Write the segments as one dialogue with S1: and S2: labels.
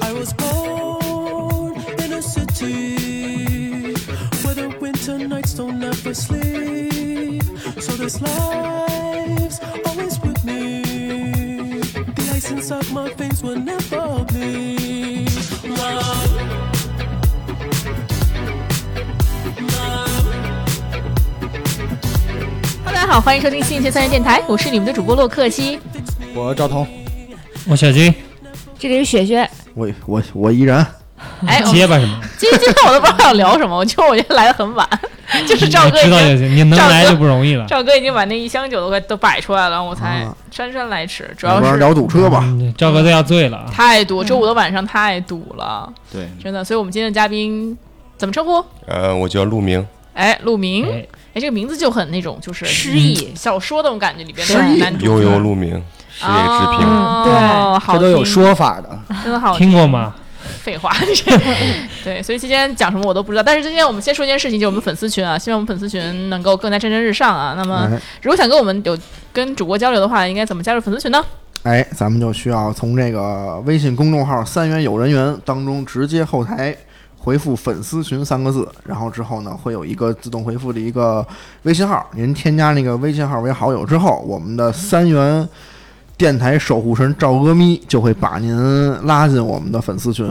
S1: I was born in a city where the winter nights don't ever sleep. So this life's always with me. The ice inside my veins will never bleed. Love. Love.
S2: 哈喽，大家好，欢迎收听新一期三人电台，我是你们的主播洛克西。
S3: 我赵彤，
S4: 我小军
S5: 这里是雪雪，
S3: 我我我依然，
S2: 哎，我
S4: 结 巴什么？
S2: 今今天我都不知道要聊什么，我觉得我今天来的很晚， 就是赵哥已
S4: 知道
S2: 经
S4: 就行，你能来就不容易了。
S2: 赵哥已经把那一箱酒都快都摆出来了，我才
S3: 啊
S2: 姗姗来迟，主
S3: 要
S2: 要
S3: 不然
S2: 是
S3: 聊堵车吧。
S4: 嗯赵哥都要醉了啊！
S2: 太
S5: 嗯
S2: 堵，周五的晚上太堵了，
S3: 对，
S2: 真的。所以我们今天的嘉宾怎么称呼？
S6: 呃，我叫陆明，
S2: 哎，陆明，
S4: 哎
S2: 哎，这个名字就很那种，就是
S5: 失忆，
S2: 小说那种感觉里边
S5: 失
S2: 的
S5: 忆
S2: 男主
S6: 悠悠陆明，事业之平。
S2: 哦
S5: 嗯对
S2: 好听，
S3: 法的。
S2: 真的好
S4: 听过吗？
S2: 废话，这对，所以今天讲什么我都不知道。但是今天我们先说一件事情，就是我们粉丝群啊，希望我们粉丝群能够更加蒸蒸日上啊。那么，
S3: 哎
S2: 如果想跟我们有跟主播交流的话，应该怎么加入粉丝群呢？
S3: 哎，咱们就需要从这个微信公众号“三元有人缘”当中直接后台回复“粉丝群”三个字，然后之后呢会有一个自动回复的一个微信号，您添加那个微信号为好友之后，我们的三元电台守护神赵阿咪就会把您拉进我们的粉丝群。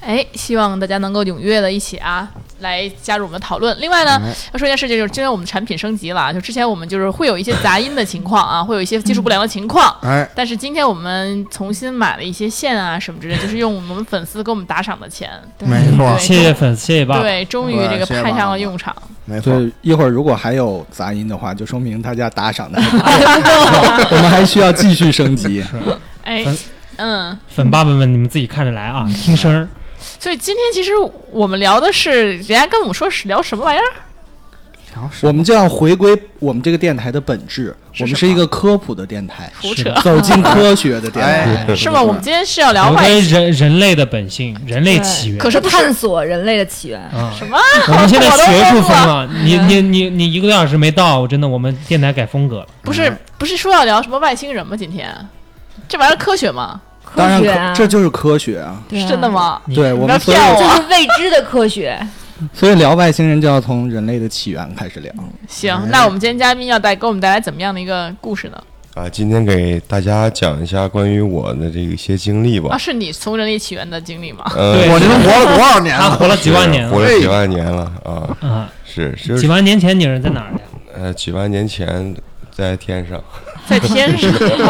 S2: 哎，希望大家能够踊跃的一起啊，来加入我们的讨论。另外呢，要说一件事情，就是今天我们产品升级了啊，就之前我们就是会有一些杂音的情况啊，会有一些技术不良的情况。
S3: 哎，
S2: 但是今天我们重新买了一些线啊什么之类的，就是用我们粉丝给我们打赏的钱。对
S3: 没错
S2: 对
S4: 谢谢粉丝，谢谢爸爸。
S2: 对，终于这个
S3: 谢谢
S2: 派
S3: 爸
S2: 上
S3: 爸
S2: 了用场。
S3: 没错
S7: 所，以一会儿如果还有杂音的话，就说明大家打赏的 还
S5: 哎
S7: 不够，我们还需要继续升 级。
S2: 哎
S4: 粉，
S2: 嗯，
S4: 粉爸爸们，你们自己看着来啊，听声儿。
S2: 所以今天其实我们聊的是，人家跟我们说是聊什么玩意儿？
S3: 然后是
S7: 我们就要回归我们这个电台的本质，
S2: 是
S7: 我们
S2: 什
S7: 是
S2: 么
S7: 一个科普的电台，
S2: 胡扯，
S7: 走进科学的电台。
S2: 是吗？我们今天是要聊
S4: 回
S2: 外
S4: 归人人类的本性，人类起源。
S2: 可是
S5: 是探索人类的起 源。
S4: 啊，
S2: 什么？
S4: 我们现在学术风
S2: 了，
S4: 啊，你
S2: 嗯
S4: 你你你一个多小时没到，真的，我们电台改风格了。
S2: 不是不是说要聊什么外星人吗？今天这玩意儿科学吗？
S7: 当
S5: 科
S7: 然
S5: 学
S7: 科，
S5: 啊，
S7: 这就是科学啊！
S5: 对啊
S2: 是真的？吗？
S4: 你
S7: 对
S2: 你
S7: 我
S2: 不要
S7: 们，
S2: 骗
S7: 所以
S5: 这
S2: 我！
S5: 是未知的科学，
S7: 所以聊外星人就要从人类的起源开始聊。
S2: 行，那我们今天嘉宾要带给我们带来怎么样的一个故事呢？
S6: 啊，今天给大家讲一下关于我的这个一些经历
S2: 啊，
S6: 吧。
S2: 是你从人类起源的经历吗？
S6: 呃，
S4: 对
S3: 我这都活了多少年
S4: 他
S3: 了？
S4: 活了几万
S6: 是
S4: 年了
S6: 活了几万年了啊！
S4: 啊，
S6: 是，就
S4: 几
S6: 是
S4: 万年前你是在哪儿的呀？
S6: 呃几万年前在天上，
S2: 在天上？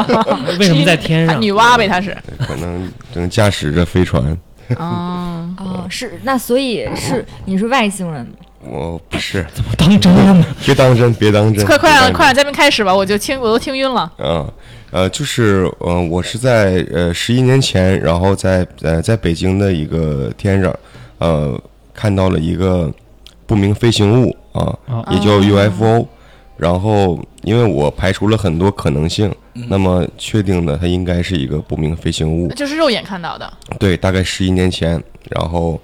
S4: 为什么在天
S2: 啊
S4: 上？
S2: 女娲呗，她是。
S6: 对可能正驾驶着飞船。
S2: 嗯，
S5: 哦，是那所以是你是外星人，
S6: 我不是，
S4: 我当真了呢？
S6: 别当真，别当真，
S2: 快快啊
S6: 别
S2: 让
S6: 当
S2: 快让
S6: 真
S2: 嘉宾开始吧，我就听我都听晕了。
S6: 啊，呃，就是呃，我是在呃十一年前，然后在呃在北京的一个天上，呃，看到了一个不明飞行物啊，
S4: 啊
S6: 也叫 UFO。然后，因为我排除了很多可能性，那么确定的它应该是一个不明飞行物。
S2: 就是肉眼看到的，
S6: 对，大概十一年前，然后。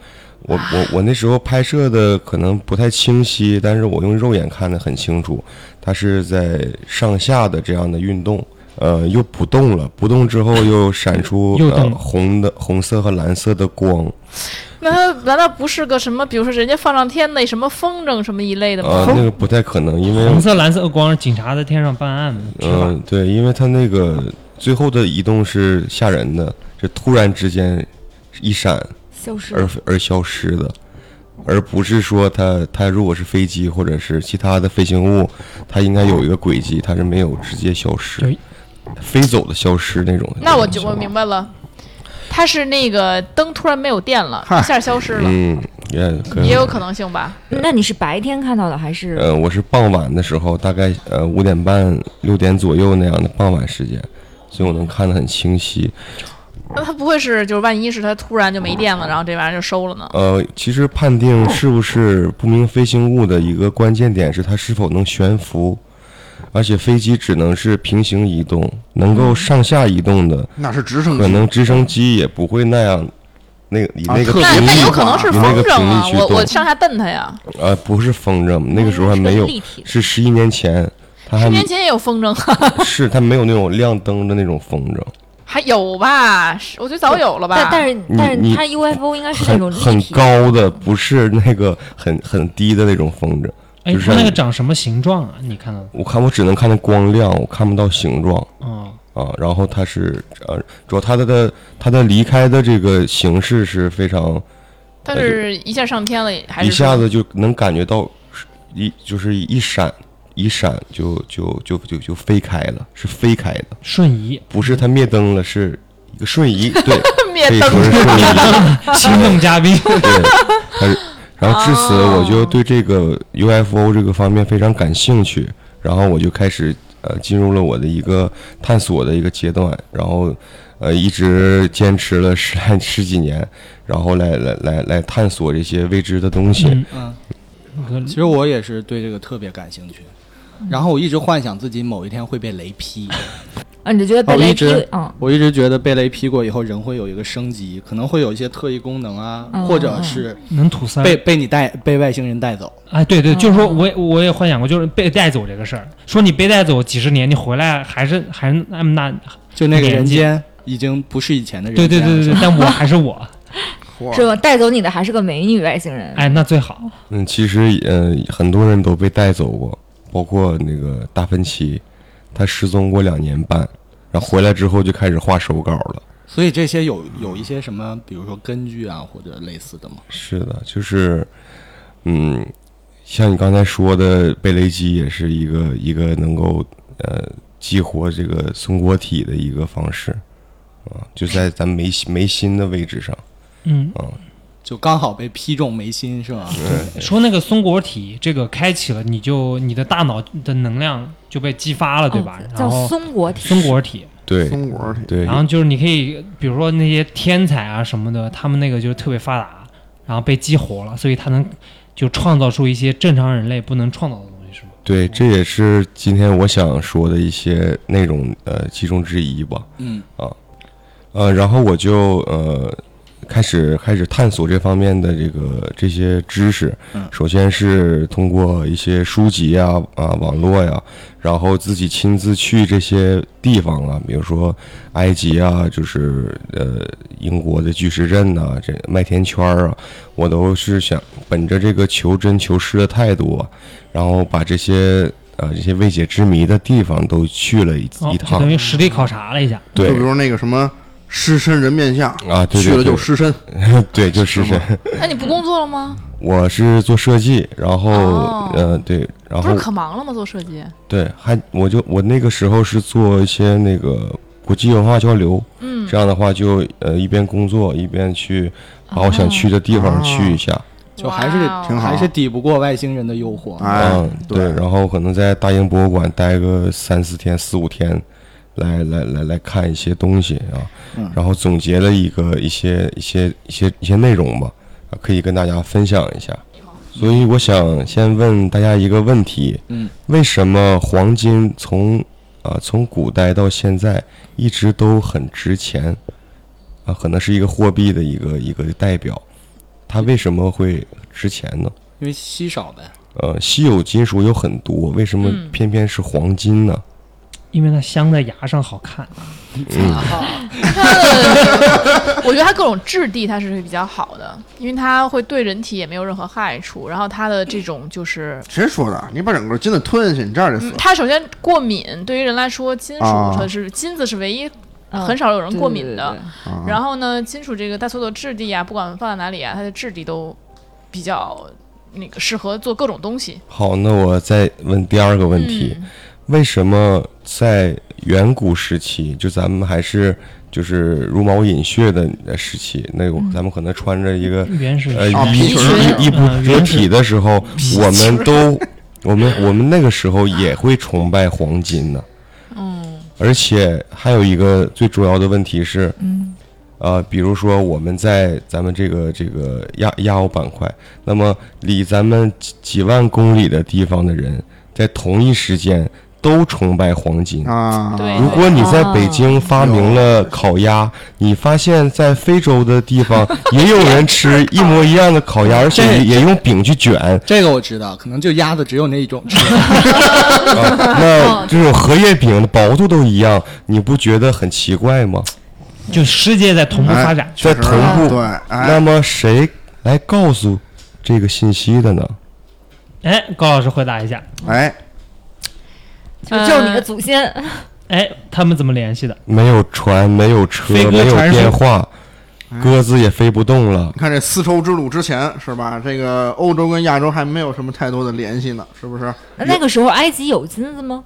S6: 我我我那时候拍摄的可能不太清晰，但是我用肉眼看得很清楚，它是在上下的这样的运动，呃，又不动了，不动之后又闪出
S4: 又
S6: 呃
S4: 动了
S6: 红的红色和蓝色的光，
S2: 那它难道不是个什么，比如说人家放上天那什么风筝什么一类的
S6: 呃
S2: 吗？，
S6: 那个不太可能，因为
S4: 红色、蓝色的光，警察在天上办案，执法
S6: 嗯，对，因为它那个最后的移动是吓人的，是突然之间一闪
S5: 消失
S6: 而而消失的，而不是说它它如果是飞机或者是其他的飞行物，它应该有一个轨迹，它是没有直接消失
S4: 对，
S6: 飞走的消失那种。
S2: 那我就我
S6: 白。
S2: 明白了，它是那个灯突然没有电了，一下消失了，
S6: 嗯，也可能
S2: 也有可能性吧。
S5: 那你是白天看到的还是？
S6: 呃，我是傍晚的时候，大概呃五点半六点左右那样的傍晚时间，所以我能看得很清晰。
S2: 那它不会是就是万一是它突然就没电了，然后这玩意儿就收了呢？
S6: 呃，其实判定是不是不明飞行物的一个关键点是它是否能悬浮，而且飞机只能是平行移动，能够上下移动的，
S3: 那是直升机，
S6: 可能直升机也不会那样那个你
S3: 啊
S6: 那个
S3: 特
S2: 那
S3: 别
S6: 频
S2: 那
S3: 密
S2: 有
S3: 吧
S6: 率
S2: 可能是
S6: 你那
S2: 风
S6: 个
S2: 筝
S6: 频率
S2: 啊，
S6: 驱
S2: 我我
S6: 动
S2: 上下蹬它呀。
S6: 呃不是风筝，那个时候还没有，
S5: 立体
S6: 是十一年前，它
S2: 十
S6: 还
S2: 年前也有风筝，啊
S6: 是它没有那种亮灯的那种风筝，
S2: 还有吧？是我觉得早有了吧？
S5: 但但是
S6: 你
S5: 但是
S6: 你
S5: 它 UFO 应该哎是那种
S6: 很
S5: 立
S6: 很
S5: 体的，
S6: 高的，不是那个很很低的那种风筝。
S4: 哎，
S6: 就是
S4: 它那个长什么形状啊？你看到的？
S6: 我看我只能看到光亮，我看不到形状
S4: 哦，
S6: 啊。然后它是呃，主要它的的它的离开的这个形式是非常
S2: 但是一下上天了，还是
S6: 一
S2: 说
S6: 下子就能感觉到是一就是一闪一闪就就就就就飞开了，是飞开的，
S4: 瞬移，
S6: 不是它灭灯了，是一个瞬移，对，
S2: 灭
S6: 可以
S2: 灯
S6: 说是瞬移，
S5: 啊
S4: 心动嘉 宾。
S6: 对，它是。然后至此，我就对这个 UFO 这个方面非常感兴趣，然后我就开始呃进入了我的一个探索的一个阶段，然后呃一直坚持了十来十几年，然后来来来来探索这些未知的东西。
S4: 嗯，
S7: 嗯，
S4: 那个
S7: 其实我也是对这个特别感兴趣，然后我一直幻想自己某一天会被雷劈，
S5: 啊，你就觉得被
S7: 哦
S5: 雷
S7: 一
S5: 劈
S7: 直，
S5: 嗯，
S7: 我一直觉得被雷劈过以后，人会有一个升级，可能会有一些特异功能啊，
S5: 嗯
S7: 或者是
S4: 能吐丝儿
S7: 被被你带被外星人带走。
S4: 哎，对
S5: 啊
S4: 对，就是说我也我也幻想过，就是被带走这个事儿。说你被带走几十年，你回来还是还是那么那，
S7: 就那个
S4: 年
S7: 人
S4: 纪
S7: 间已经不是以前的人
S4: 对对
S7: 间了。
S4: 对对
S7: 是吧
S4: 对，但我还是我，
S3: 嚯
S5: 是吧？带走你的还是个美女外星人，
S4: 哎，那最好。
S6: 嗯，其实呃，很多人都被带走过，包括那个达芬奇，他失踪过两年半，然后回来之后就开始画手稿了。
S7: 所以这些有有一些什么，比如说根据啊，或者类似的吗？
S6: 是的，就是，嗯，像你刚才说的，贝雷基也是一个一个能够呃激活这个松果体的一个方式啊，就在咱眉心眉心的位置上
S4: 嗯，
S6: 啊，
S7: 就刚好被劈中眉心是吧？
S4: 说那个松果体这个开启了，你就你的大脑的能量就被激发了，对吧？哦
S5: 嗯
S4: 然
S5: 叫
S4: 后
S5: 松果体，
S4: 松果体，
S6: 对
S3: 松果儿挺
S6: 对
S4: 然，后就是你可以，比如说那些天才啊什么的，他们那个就是特别发达，然后被激活了，所以他能就创造出一些正常人类不能创造的东西，是吗？
S6: 对，这也是今天我想说的一些内容呃其中之一吧。
S7: 嗯，
S6: 呃，然后我就呃开始开始探索这方面的这个这些知识
S7: 嗯，
S6: 首先是通过一些书籍呀啊网络呀，然后自己亲自去这些地方啊，比如说埃及啊，就是呃英国的巨石阵呐、这麦田圈儿啊，我都是想本着这个求真求实的态度啊，然后把这些。啊，这些未解之谜的地方都去了一、
S4: 哦，
S6: 一
S4: 就
S6: 趟
S4: 等，于实地考察了一下。
S6: 对
S3: 就比如那个什么狮身人面像，
S6: 啊，对对
S3: 去了就
S6: 对
S3: 狮身，
S6: 对，就是
S3: 是吗
S2: 那哎你不工作了吗？
S6: 我是做设计，然后、
S2: 哦
S6: 呃对，然
S2: 不
S6: 后
S2: 是可忙了吗？做设计，
S6: 对，还我就我那个时候是做一些那个国际文化交流，
S2: 嗯，
S6: 这样的话就呃一边工作一边去把我
S2: 哦
S6: 想去的地方去一下，
S7: 就还是
S2: 哇哦
S3: 挺好
S7: 还是抵不过外星人的诱惑。啊
S3: 哎
S6: 嗯，对，然后可能在大英博物馆待个三四天四五天。来来来来看一些东西啊，
S7: 嗯
S6: 然后总结了一个一些一些一些一些内容吧，啊，可以跟大家分享一下。所以我想先问大家一个问题，
S7: 嗯，
S6: 为什么黄金从啊、从古代到现在一直都很值钱啊？可能是一个货币的一个一个代表，它为什么会值钱呢？
S7: 因为稀少呗。
S6: 呃，稀有金属有很多，为什么
S2: 嗯
S6: 偏偏是黄金呢？
S4: 因为它镶在牙上好看，啊
S2: 我觉得它各种质地它是比较好的，因为它会对人体也没有任何害处。然后它的这种就是，
S3: 谁说的？你把整个金子吞下去，你这样就死
S2: 嗯
S3: 了。
S2: 它首先过敏，对于人来说，金属
S3: 啊
S2: 它是金子是唯一
S5: 嗯
S2: 很少有人
S5: 对
S2: 过
S5: 对
S2: 敏
S5: 对
S2: 的
S5: 对。
S3: 啊
S2: 然后呢，金属这个它所有的质地啊，不管放在哪里啊，它的质地都比较那个适合做各种东西。
S6: 好，那我再问第二个问题，
S2: 嗯
S6: 为什么在远古时期，就咱们还是就是茹毛饮血的呃时期，那
S2: 嗯
S6: 个咱们可能穿着一个
S4: 原始
S6: 呃
S3: 啊
S6: 衣
S3: 皮裙
S6: 衣衣不
S4: 嗯
S6: 遮
S4: 原始
S6: 体的时候，我们都我们我们那个时候也会崇拜黄金呢。
S2: 嗯，
S6: 而且还有一个最主要的问题是，
S3: 嗯
S6: 呃，比如说我们在咱们这个这个亚亚欧板块，那么离咱们几几万公里的地方的人，在同一时间，都崇拜黄
S5: 嗯
S6: 金。
S3: 啊，
S2: 对
S6: 如果你在北京发明了烤鸭，你发现在非洲的地方也有人吃一模一样的烤 鸭，而且
S7: 这
S6: 也用饼去卷，
S7: 这个我知道，可能就鸭子只有那一种吃。
S5: 哦
S6: 那这种荷叶饼的薄度都一样，你不觉得很奇怪吗？
S4: 就世界在同步发展。
S3: 确实
S6: 在同步
S3: 对，哎
S6: 那，么谁来告诉这个信息的呢？
S4: 哎，高老师回答一下，
S3: 哎，
S5: 就是就是你的祖先，
S4: 哎，他们怎么联系的？
S6: 没有船，没有车
S4: 飞，鸽
S6: 没有
S4: 传书
S6: 电话，鸽子也飞不动了。
S3: 你看这丝绸之路之前是吧？这个欧洲跟亚洲还没有什么太多的联系呢，是不是？
S5: 那那个时候埃及有金子吗？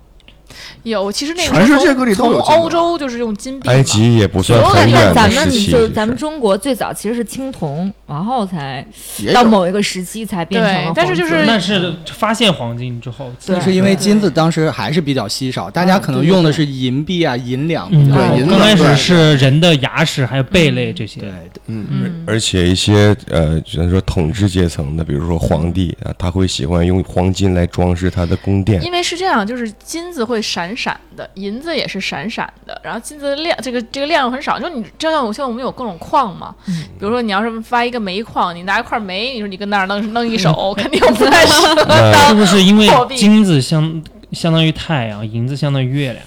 S2: 有，其实那个
S3: 全
S2: 时候
S3: 世界各地都
S2: 从
S3: 有
S2: 从
S3: 金啊
S2: 欧
S3: 子
S2: 洲就是用金币
S5: 哎
S2: 嘛，
S6: 埃及也不算
S5: 我
S6: 很
S5: 感觉
S6: 远
S5: 咱
S6: 的
S5: 们
S6: 时期，
S5: 就咱们中国最早其实是青铜，然后才
S3: 也
S5: 到
S3: 有
S5: 某一个时期才变成了
S2: 对
S5: 黄，
S2: 但是
S5: 金
S2: 就是
S4: 那是发现黄金之后，
S5: 对
S7: 是因为金子当时还是比较稀少，大家可能用的是银币啊、银两
S4: 嗯
S7: 比较多。
S3: 对银子
S4: 刚开
S3: 对
S4: 始是人的牙齿还有贝类这些
S7: 对，，
S3: 嗯，
S2: 嗯，
S6: 而且一些呃，就是说统治阶层的，比如说皇帝啊，他会喜欢用黄金来装饰他的宫殿。
S2: 因为是这样，就是金子会闪闪的，银子也是闪闪的，然后金子的量这个这个量又很少，就你就像我像我们有各种矿嘛，
S5: 嗯
S2: 比如说你要是挖一个煤矿，你拿一块煤，你说你跟那儿弄弄一
S5: 嗯
S2: 手，肯定不太 适合
S4: 是
S2: 当
S4: 不是因为
S2: 货币
S4: 金子相相当于太阳，银子相当于月亮？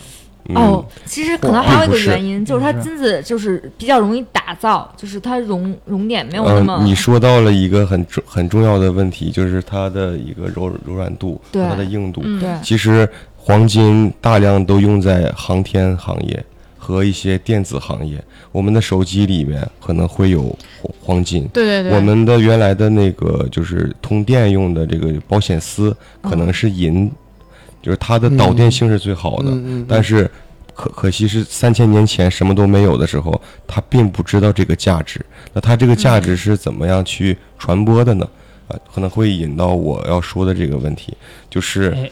S6: 嗯、
S5: 哦，其实可能还有
S6: 并不
S5: 一个
S6: 是
S5: 原因，就是它
S4: 不是
S5: 金子就是比较容易打造，就是它熔熔点没有那
S6: 嗯、
S5: 么。
S6: 你说到了一个很重很重要的问题，就是它的一个柔柔软度和
S5: 对嗯
S6: 它的硬
S2: 嗯
S6: 度。
S5: 对
S6: 其实黄金大量都用在航天行业和一些电子行业。我们的手机里面可能会有黄黄金，
S2: 对对对，
S6: 我们的原来的那个就是通电用的这个保险丝可能是银，就是它的导电性是最好的，
S3: 嗯嗯嗯
S6: 但是可可惜是三千年前什么都没有的时候，他并不知道这个价值。那它这个价值是怎么样去传播的呢？啊，可能会引到我要说的这个问题，就是
S4: 哎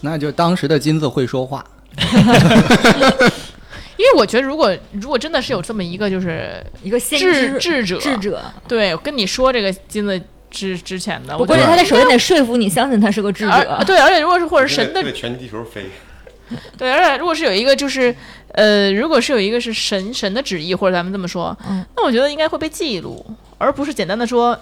S7: 那就当时的金子会说话，
S2: 因为我觉得如果如果真的是有这么一个就是
S5: 一个先
S2: 智智
S5: 知
S2: 者，
S5: 智者，
S2: 对，我跟你说这个金子之之前的，我
S5: 关
S2: 觉得
S5: 键他得首先得说服你相信他是个智者
S2: 而。对，而且如果是或者神的
S6: 全地球飞，
S2: 对，而且如果是有一个就是，呃，如果是有一个是神神的旨意，或者咱们这么说，
S5: 嗯
S2: 那我觉得应该会被记录，而不是简单的说，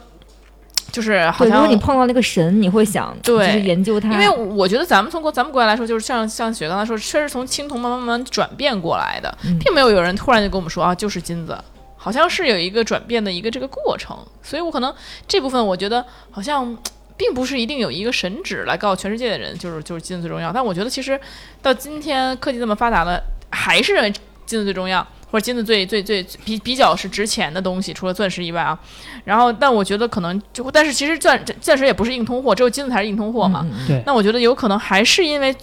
S2: 就是好
S5: 对，如
S2: 像
S5: 果你碰到那个神，你会想
S2: 对
S5: 就是研究他，
S2: 因为我觉得咱们从国咱们国家来说，就是像像雪刚才说，确实从青铜慢慢慢慢转变过来的，
S5: 嗯
S2: 并没有有人突然就跟我们说啊，就是金子，好像是有一个转变的一个这个过程，所以我可能这部分我觉得好像嗯并不是一定有一个神旨来告诉全世界的人，就是就是金子最重要。但我觉得其实到今天科技这么发达了，还是认为金子最重要。或者金子最最最比比较是值钱的东西，除了钻石以外啊，然后但我觉得可能就，但是其实钻钻石也不是硬通货，只有金子才是硬通货嘛。
S5: 嗯嗯
S4: 对，
S2: 那我觉得有可能还是因为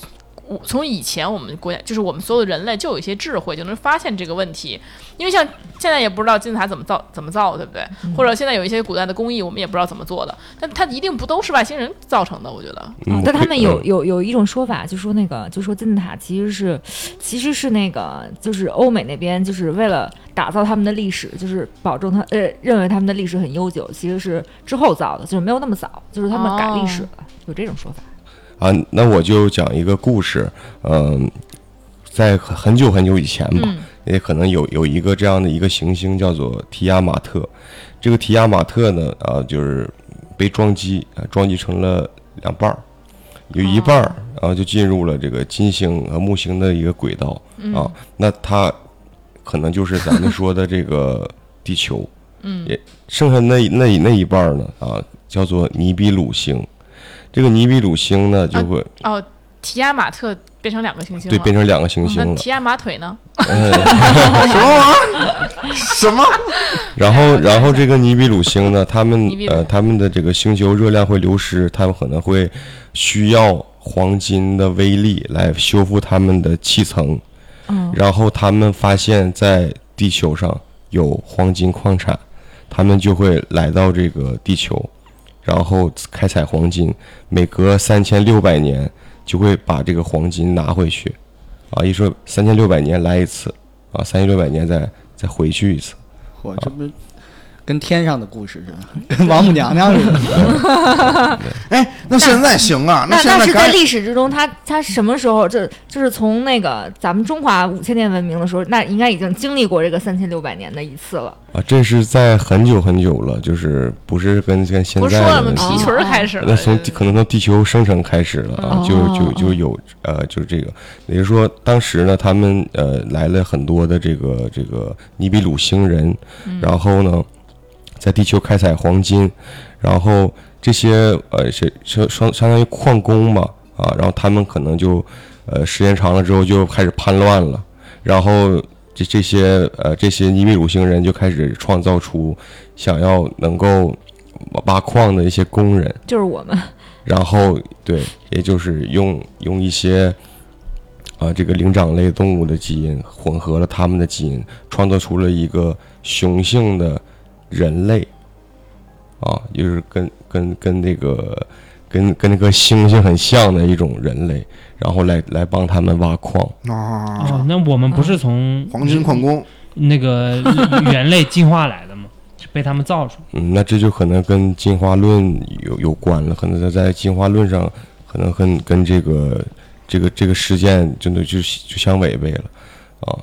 S2: 我从以前我们国家，就是我们所有的人类就有一些智慧，就能发现这个问题。因为像现在也不知道金字塔怎么造，怎么造，对不对？
S5: 嗯
S2: 或者现在有一些古代的工艺，我们也不知道怎么做的，但它一定不都是外星人造成的，我觉得。
S5: 嗯
S6: 嗯
S5: 但他们
S6: 嗯
S5: 有有有一种说法，就说那个，就说金字塔其实是，其实是那个，就是欧美那边就是为了打造他们的历史，就是保证他呃认为他们的历史很悠久，其实是之后造的，就是没有那么早，就是他们改历史了，有这种说法。
S6: 啊，那我就讲一个故事，嗯、在很很久很久以前吧，
S2: 嗯
S6: 也可能有有一个这样的一个行星叫做提亚马特，这个提亚马特呢，啊，就是被撞击，啊，撞击成了两半儿，有一半儿，然后就进入了这个金星和木星的一个轨道啊，那它可能就是咱们说的这个地球，嗯，也剩下那那那一半儿呢，啊，叫做尼比鲁星。这个尼比鲁星呢，就会、
S2: 哦，提亚马特变成两个行星
S6: 对
S2: 了。嗯
S6: 变成两个行星
S2: 那
S6: 了。
S2: 提亚马腿呢？
S3: 什么玩意儿？什么？
S6: 然后，然后这个尼比鲁星呢，他们
S2: 尼比鲁
S6: 呃，他们的这个星球热量会流失，他们可能会需要黄金的微粒来修复他们的气层。
S5: 嗯，
S6: 然后他们发现，在地球上有黄金矿产，他们就会来到这个地球，然后开采黄金。每隔三千六百年就会把这个黄金拿回去，啊，一说三千六百年来一次，啊，三千六百年再再回去一次。
S7: 我这不跟天上的故事似的，王母娘娘似 的。
S3: 哎，那现在行啊，
S5: 那
S3: 现在
S5: 是在
S3: 该
S5: 历史之中，它它什么时候？这就是从那个咱们中华五千年文明的时候，那应该已经经历过这个三千六百年的一次了。
S6: 啊，这是在很久很久了，就是不是跟跟现
S2: 不是
S6: 在
S2: 说了吗？
S6: 的
S2: 皮裙儿开始
S6: 那
S2: 了，
S6: 从地可能从地球生成开始了啊，就就
S5: 哦
S6: 就有呃，就是这个，也就是说，当时呢，他们呃来了很多的这个这个尼比鲁星人，
S2: 嗯
S6: 然后呢，在地球开采黄金，然后这些呃是是相相当于矿工嘛啊，然后他们可能就呃时间长了之后就开始叛乱了，然后。这这些呃，这些尼比鲁星人就开始创造出想要能够挖矿的一些工人，
S5: 就是我们，
S6: 然后对，也就是用用一些啊、这个灵长类动物的基因混合了它们的基因，创造出了一个雄性的人类啊，就是跟跟跟那个跟跟那个猩猩很像的一种人类，然后来来帮他们挖矿。
S3: 啊，
S4: 哦，那我们不是从
S3: 黄金矿工
S4: 那个猿类进化来的吗？是被他们造出来的。
S6: 嗯，那这就可能跟进化论有有关了，可能在在进化论上，可能跟跟这个这个这个事件真的就就相违背了啊。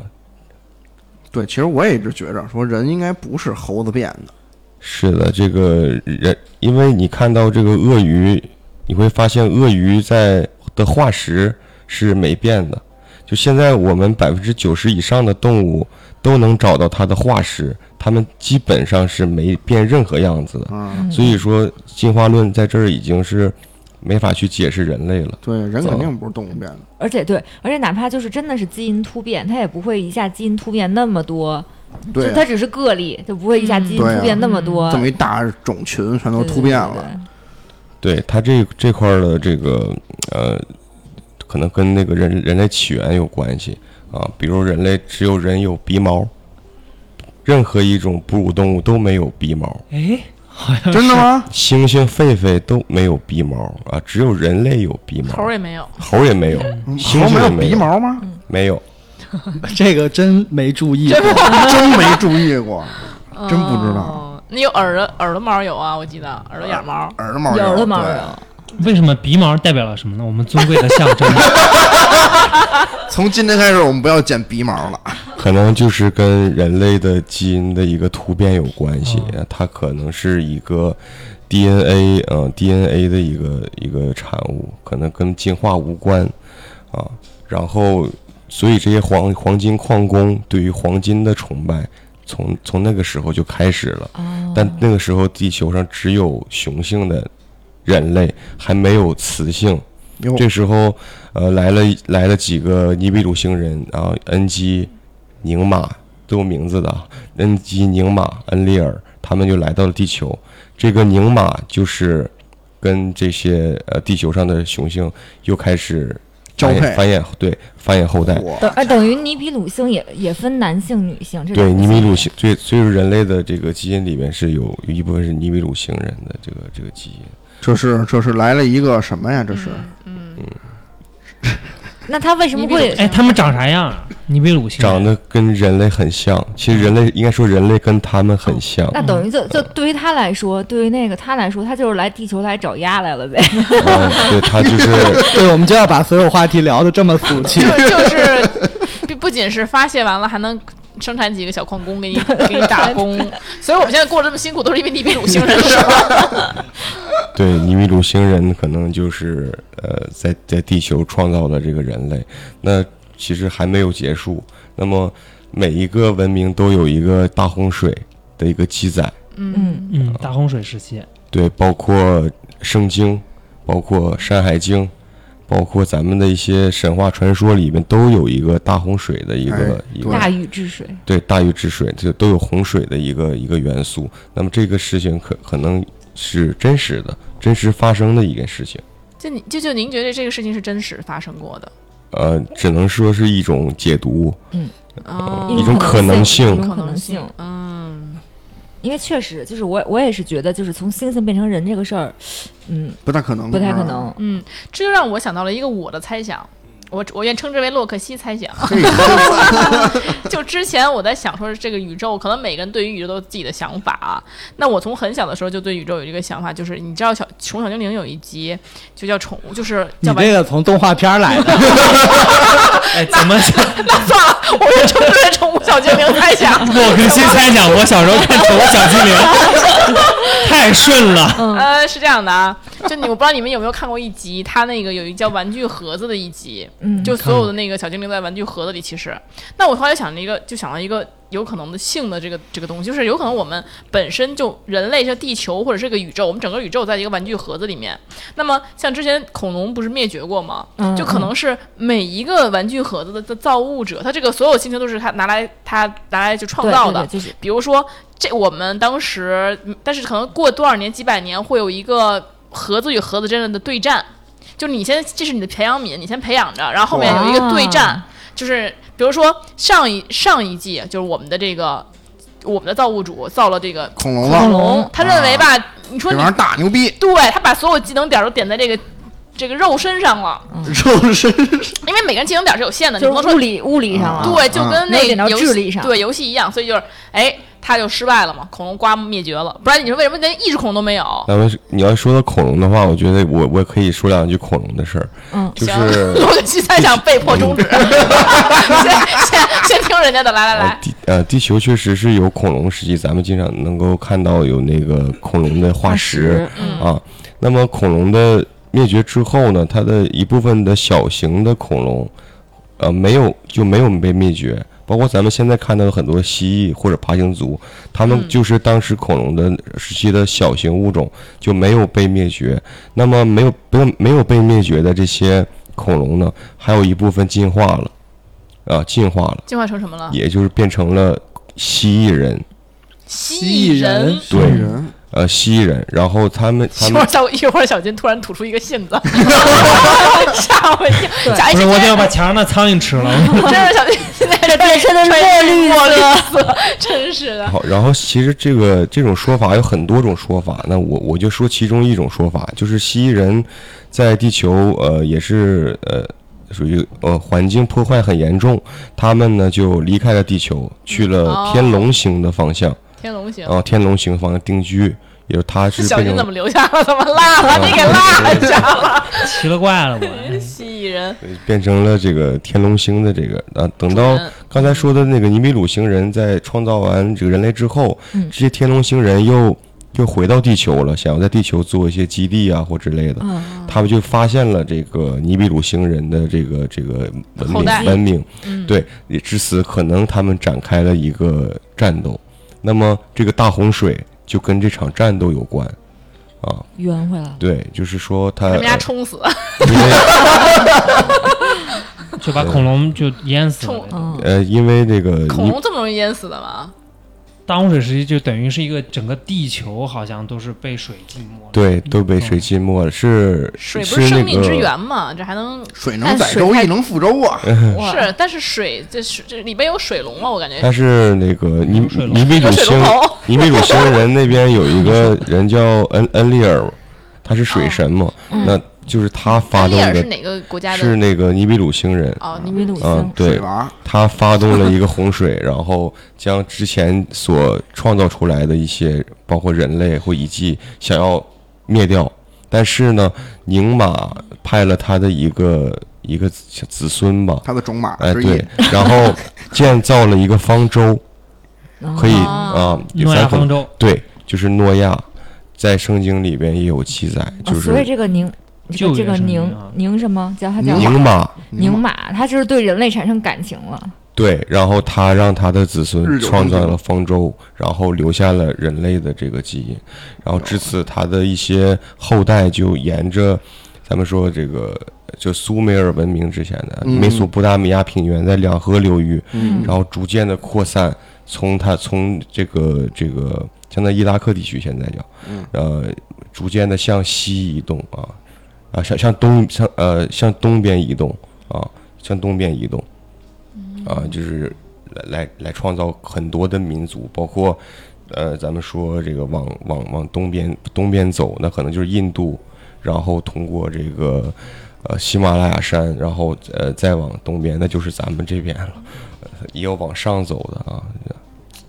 S3: 对，其实我也一直觉着说人应该不是猴子变的，
S6: 是的，这个人，因为你看到这个鳄鱼，你会发现鳄鱼在的化石是没变的。就现在我们百分之九十以上的动物都能找到它的化石，它们基本上是没变任何样子的。
S3: 嗯，
S6: 所以说，进化论在这儿已经是没法去解释人类了。
S3: 对，人肯定不是动物变的，
S5: 而且对，而且哪怕就是真的是基因突变，它也不会一下基因突变那么多，就
S3: 对
S5: 它只是个例，就不会一下
S2: 嗯
S5: 基因
S3: 对啊
S5: 突变那么多。
S3: 啊，这么一大种群全都突变
S5: 对对
S3: 了，
S5: 对
S6: 对它这这块儿的这个呃，可能跟那个人人类起源有关系啊。比如人类只有人有鼻毛，任何一种哺乳动物都没有鼻毛，
S4: 哎，好像
S3: 真的吗？
S6: 猩猩、狒狒都没有鼻毛啊，只有人类有鼻毛，
S2: 头儿也没有。
S6: 猴儿也没有，猩
S3: 嗯猴
S6: 猩
S3: 没
S6: 也
S3: 有
S6: 没
S3: 鼻毛吗？
S6: 没有。
S7: 这个真没注意过，
S5: 嗯
S3: 真没注意 过，真不知道
S2: 哦，那有耳朵耳朵毛有啊，我记得耳朵眼毛。
S3: 耳朵毛
S5: 有耳朵毛
S3: 对
S5: 有
S4: 为什么鼻毛代表了什么呢？我们尊贵的象征。
S3: 从今天开始，我们不要剪鼻毛了。
S6: 可能就是跟人类的基因的一个突变有关系，它可能是一个 DNA，嗯、DNA 的一个一个产物，可能跟进化无关啊。然后，所以这些黄黄金矿工对于黄金的崇拜，从从那个时候就开始了。但那个时候，地球上只有雄性的人类，还没有雌性。
S3: 哟
S6: 这时候，呃，来了来了几个尼比鲁星人啊，恩基、宁玛都有名字的啊，恩基、宁玛、恩利尔，他们就来到了地球。这个宁玛就是跟这些呃地球上的雄性又开始
S3: 交配
S6: 繁衍繁衍，对繁衍后代。
S3: 我
S5: 等哎，等于尼比鲁星也也分男性、女性，这
S6: 对
S5: 两个
S6: 尼米
S5: 性
S6: 鲁
S5: 别
S6: 星，所以所以人类的这个基因里面是有有一部分是尼米鲁星人的这个这个基因。
S3: 这是这是来了一个什么呀？这是
S5: 嗯那他为什么
S2: 尼比鲁
S5: 会？
S4: 哎，他们长啥样啊？尼比鲁星人
S6: 长得跟人类很像，其实人类应该说人类跟他们很像，
S5: 那等于
S6: 嗯
S5: 就就对于他来说，对于那个他来说，他就是来地球来找鸭来了呗。
S6: 嗯对，他就是
S7: 对，我们就要把所有话题聊得这么俗 气
S2: 就。就是不不仅是发泄完了，还能生产几个小矿工给 你给你打工，所以我们现在过得这么辛苦，都是因为尼比鲁星人是 吧？
S6: 对尼米鲁星人，可能就是呃，在在地球创造了这个人类。那其实还没有结束，那么每一个文明都有一个大洪水的一个记载，
S5: 嗯，
S4: 嗯，大洪水时期。
S6: 对，包括圣经，包括《山海经》，包括咱们的一些神话传说里面都有一个大洪水的一个、
S3: 哎
S6: 一
S3: 对
S6: 个
S5: 大禹治水，
S6: 对大禹治水，这都有洪水的一个一个元素。那么这个事情可可能是真实的，真实发生的一件事情。
S2: 就你就就您觉得这个事情是真实发生过的？
S6: 呃，只能说是一种解读，
S2: 哦
S6: 一种可能性
S5: 一种
S2: 可
S5: 可能
S2: 能
S5: 性
S2: 性。，嗯，
S5: 因为确实就是我我也是觉得，就是从猩猩变成人这个事儿，嗯，
S3: 不太可能，
S5: 不太可
S3: 是吧。
S5: 能。
S2: 这就让我想到了一个我的猜想。我我愿称之为洛克希猜想。
S3: 这个
S2: 就之前我在想说，这个宇宙可能每个人对于宇宙都有自己的想法啊。那我从很小的时候就对宇宙有一个想法，就是你知道小《宠物小精灵》有一集就叫宠物，就是
S7: 你
S2: 叫
S7: 这个从动画片儿来的，
S4: 哎，怎么想？
S2: 那算了，我也称之为《宠物小精灵》猜想。
S4: 洛克西猜想，我小时候看《宠物小精灵》， 太顺了。
S5: 嗯
S2: 呃，是这样的啊，就你我不知道你们有没有看过一集，它那个有一叫玩具盒子的一集，
S5: 嗯
S2: 就所有的那个小精灵在玩具盒子里。其实，那我后来想了一个，就想到一个有可能的性的这个这个东西，就是有可能我们本身就人类，像地球或者这个宇宙，我们整个宇宙在一个玩具盒子里面。那么像之前恐龙不是灭绝过吗？
S5: 嗯
S2: 就可能是每一个玩具盒子的的造物者，他这个所有星球都是他拿来他拿来就创
S5: 对
S2: 造
S5: 对
S2: 的
S5: 对。就是
S2: 比如说这我们当时，嗯但是可能过多少年、几百年会有一个盒子与盒子之间的对战，就是你先这是你的培养皿，你先培养着，然后后面有一个对战，
S5: 啊
S2: 就是比如说上一上一季就是我们的这个。我们的造物主造了这个
S3: 恐
S2: 恐
S3: 龙了，
S2: 龙，他认为吧，你说
S3: 这
S2: 你
S3: 玩意儿大牛逼，
S2: 对他把所有技能点都点在这个这个肉身上了，
S5: 嗯
S3: 肉 身
S2: 因为每个人技能点是有限的，你不能
S5: 就是
S2: 说
S5: 物理物理上啊
S6: 啊
S5: 了，
S2: 对，就
S3: 嗯
S2: 跟
S5: 没
S2: 那
S5: 有点到
S2: 个游
S5: 智
S2: 戏
S5: 力上
S2: 对游戏一样，所以就是哎，他就失败了嘛，恐龙刮目灭绝了，不然你说为什么连一只恐龙都没有？
S6: 咱们是你要说到恐龙的话，我觉得我我可以说两句恐龙的事儿，
S5: 嗯
S6: 就
S2: 行
S6: 是嗯
S2: 洛克西猜想被迫终止， 先先先听人家的，来来
S6: 呃
S2: 来，
S6: 地呃地球 确实是有恐龙时期，咱们经常能够看到有那个恐龙的化石，
S2: 嗯
S6: 啊。那么恐龙的灭绝之后呢，它的一部分的小型的恐龙，呃，没有就没有被灭绝。包括咱们现在看到的很多蜥蜴或者爬行族，它们就是当时恐龙的时期的小型物种，就没有被灭绝。那么没有没有没有被灭绝的这些恐龙呢，还有一部分进化了，啊，进化了，
S2: 进化成什么了？
S6: 也就是变成了蜥蜴人，
S2: 蜥蜴
S7: 人
S2: 人。
S6: 对，
S3: 人
S6: 呃，蜥蜴人。然后他们 他
S2: 一
S6: 们
S2: 会儿小一会儿小金突然吐出一个信 子，吓我一跳。小金
S4: 不是，我
S2: 真
S4: 得
S2: 的
S4: 把墙上的苍蝇吃了。
S2: 真是小 金现在这
S5: 本身的墨绿
S2: 墨绿
S5: 色，
S2: 色，真是的。
S6: 好，然后其实这个这种说法有很多种说法，那我我就说其中一种说法，就是蜥蜴人在地球呃也是呃属于呃环境破坏很严重，他们呢就离开了地球，去
S2: 哦
S6: 了天龙星的方向，
S2: 天龙星
S6: 然，后天龙星方向定居，也就是他哦是
S2: 小
S6: 变
S2: 金
S6: 成
S2: 怎么留下了？怎么落 了？你给落下了。
S4: 奇了怪了，我哎
S2: 蜥蜴人，
S6: 对变成了这个天龙星的这个啊，等到
S2: 主人
S6: 刚才说的那个尼米鲁星人在创造完这个人类之后，
S5: 嗯
S6: 这些天龙星人又又回到地球了，想要在地球做一些基地啊或之类的，
S5: 嗯，
S6: 他们就发现了这个尼比鲁星人的这个这个文
S2: 后
S6: 明
S2: 代
S6: 文明，
S2: 嗯
S6: 对，也至此可能他们展开了一个战斗，那么这个大洪水就跟这场战斗有关。啊，
S5: 圆回来了，
S6: 对，就是说他
S2: 他们家
S6: 呃
S2: 冲死，
S6: 因为
S4: 就把恐龙就淹死
S2: 冲
S4: 了。
S5: 嗯，
S6: 呃，因为这个
S2: 恐
S6: 尼
S2: 龙这么容易淹死的吗？
S4: 大洪水时期就等于是一个整个地球好像都是被水浸没了。
S6: 对，都被水浸没了，是
S2: 水不
S6: 是
S2: 是
S6: 那
S2: 生命之
S6: 个
S2: 源嘛，这还能
S3: 水
S5: 哎
S3: 能载
S5: 水
S3: 舟
S5: 太
S3: 亦能覆舟啊！
S6: 哎嗯
S5: 哇，
S2: 是？但是水这水这里边有水龙了，我感觉
S6: 它是那个尼
S4: 水龙
S6: 尼米
S2: 有
S6: 鲁
S2: 水
S6: 星
S2: 龙头。
S6: 尼米鲁星人那边有一个人叫恩恩利尔，他是水神嘛，那就是他发
S2: 安哦嗯利
S6: 动
S2: 尔是
S6: 的
S2: 哪个国家
S6: 是
S2: 的？
S6: 那个尼比鲁星人。
S2: 哦，你
S5: 尼米
S2: 们
S5: 鲁
S6: 嗯
S5: 星，，
S3: 水
S6: 对，
S3: 娃
S6: 他发动了一个洪水，然后将之前所创造出来的一些，包括人类或遗迹，想要灭掉。但是呢，宁玛派了他的一个一个子子孙吧，
S3: 他的种马
S6: 哎，
S3: 之一
S6: 对，然后建造了一个方舟，
S5: 嗯
S6: 可以啊
S2: 哦，
S6: 有
S4: 诺亚
S6: 三口
S4: 方舟，
S6: 对，就是诺亚，在圣经里边也有记载，
S5: 啊
S6: 就是
S5: 所以这个宁，这
S4: 救
S5: 个这
S4: 援
S5: 个
S4: 神明
S5: 宁
S4: 啊
S5: 宁什么叫他叫
S6: 宁玛，
S5: 宁玛，他就是对人类产生感情了，
S6: 对，然后他让他的子
S3: 日
S6: 孙
S3: 久
S6: 创
S3: 生
S6: 造
S3: 情
S6: 了方舟，然后留下了人类的这个基因，然后至此他的一些后代就沿着咱们说这个就苏美尔文明之前的
S3: 嗯
S6: 美索不达米亚平原，在两河流域，
S3: 嗯
S6: 然后逐渐的扩散，从它从这个这个相当于伊拉克地区现在叫，
S3: 嗯
S6: 呃，逐渐的向西移动啊，啊，向向东向呃向东边移动啊，向东边移动，啊，就是来来来创造很多的民族，包括呃咱们说这个往往往东边东边走，那可能就是印度，然后通过这个。呃喜马拉雅山，然后呃再往东边，那就是咱们这边了，呃也有往上走的啊，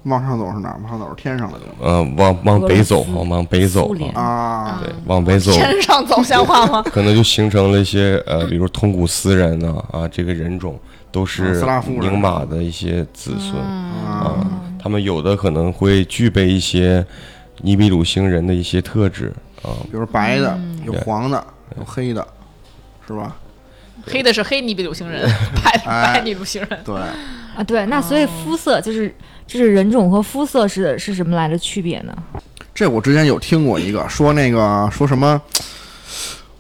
S3: 往上走是哪儿？往上走是天上的对吧
S6: 呃往往北走，
S5: 俄罗
S6: 往往北走
S5: 苏联
S6: 啊，
S3: 啊，
S5: 嗯
S6: 对，往北走，
S2: 天上走像话吗？
S6: 可能就形成了一些呃，比如通古斯人呐啊这个人种都
S3: 啊
S6: 是
S3: 斯拉夫人
S6: 宁玛的一些子孙
S3: 啊
S6: 啊，他们有的可能会具备一些尼比鲁星人的一些特质啊，
S3: 比如白的，
S5: 嗯
S3: 有
S6: 对
S3: 黄的，有黑的，是吧？
S2: 黑的是黑尼比鲁星 人，白
S3: 哎
S2: 白尼比鲁星人。
S3: 对，
S5: 啊，对，那所以肤色就是就是人种和肤色是是什么来的区别呢？
S3: 这我之前有听过一个说那个说什么，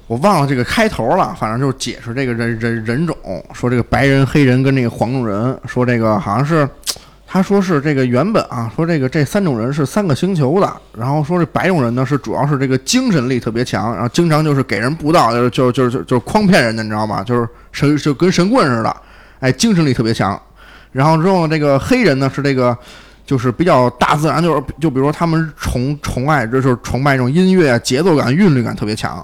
S3: 我忘了这个开头了，反正就是解释这个人人人种，说这个白人、黑人跟那个黄种人，说这个好像是。他说是这个原本啊，说这个这三种人是三个星球的，然后说这白种人呢是主要是这个精神力特别强，然后经常就是给人布道，就是就就就就是诓骗人的，你知道吗？就是神就跟神棍似的，哎，精神力特别强。然后之后呢，这个黑人呢是这个就是比较大自然，就是就比如说他们崇崇爱，这就是崇拜这种音乐啊、节奏感、韵律感特别强。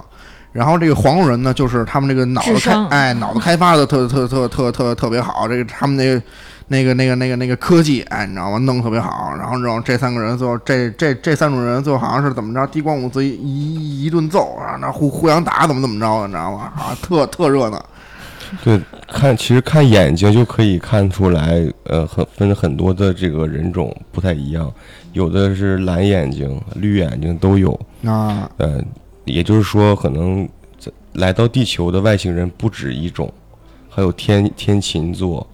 S3: 然后这个黄种人呢，就是他们这个脑子
S5: 智
S3: 开
S5: 商
S3: 哎脑子开发的特特特特特特别好，这个他们那个那个那个那个那个科技哎，你知道吗？弄得特别好。然后这种这三个人最后这这这三种人最后好像是怎么着，地光五子一一一顿揍，然后那互互相打怎么怎么着的，你知道吗？啊，特特热闹。
S6: 对，看其实看眼睛就可以看出来，呃，很分很多的这个人种不太一样，有的是蓝眼睛、绿眼睛都有，
S3: 啊，
S6: 呃，也就是说，可能这来到地球的外星人不止一种，还有天天琴座，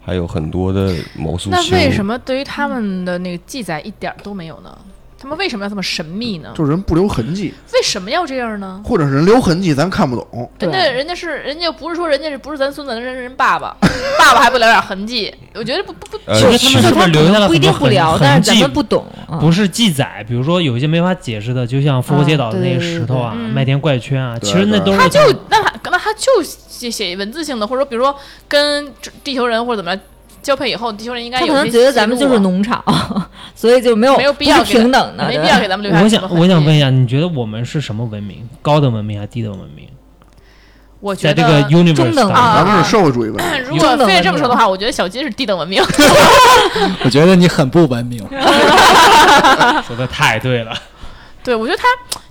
S6: 还有很多的魔术
S2: 那
S6: 星。
S2: 为什么对于他们的那个记载一点儿都没有呢？他们为什么要这么神秘呢？
S3: 就是人不留痕迹，
S2: 为什么要这样呢？
S3: 或者是人留痕迹，咱看不懂。
S2: 人家人家是人家不是说人家是不是咱孙子，人家是人爸爸，爸爸还不留点痕迹？我觉得不不不，
S6: 呃
S4: 就
S5: 就
S6: 其
S4: 是他们
S6: 实
S4: 是不是留下了
S5: 不一
S4: 很多
S5: 定不
S4: 痕
S5: 聊，但
S4: 痕
S5: 是咱
S4: 迹
S5: 们？不 懂，嗯
S4: 不是记载，比如说有一些没法解释的，就像复活节岛的那
S5: 啊对
S4: 个
S5: 对对
S4: 石头啊
S2: 对对、
S4: 麦田怪圈啊，
S3: 对
S4: 其实那
S3: 对
S4: 都是
S2: 他就
S4: 从
S2: 那他那他就写写文字性的，或者说比如说跟地球人或者怎么着交配以后，地球人应该
S5: 他
S2: 有
S5: 可能
S2: 一些
S5: 觉得咱们
S2: 记录
S5: 就
S2: 啊
S5: 是农场，所以就没有
S2: 没有必要
S5: 不是
S2: 给
S5: 平等的，
S2: 没
S5: 对
S2: 必要给咱们留下。
S4: 我想我想问，一下，你觉得我们是什么文明？高等文明还是低等文明？
S2: 我觉
S4: 在
S2: 得
S4: 这个 universe
S5: 中等
S4: 当中
S2: 啊
S3: 咱们是社会主义文明，
S2: 如果非得这么说的话，我觉得小金是低等文明。
S7: 我觉得你很不文明。
S4: 说的太对了，
S2: 对，我觉得他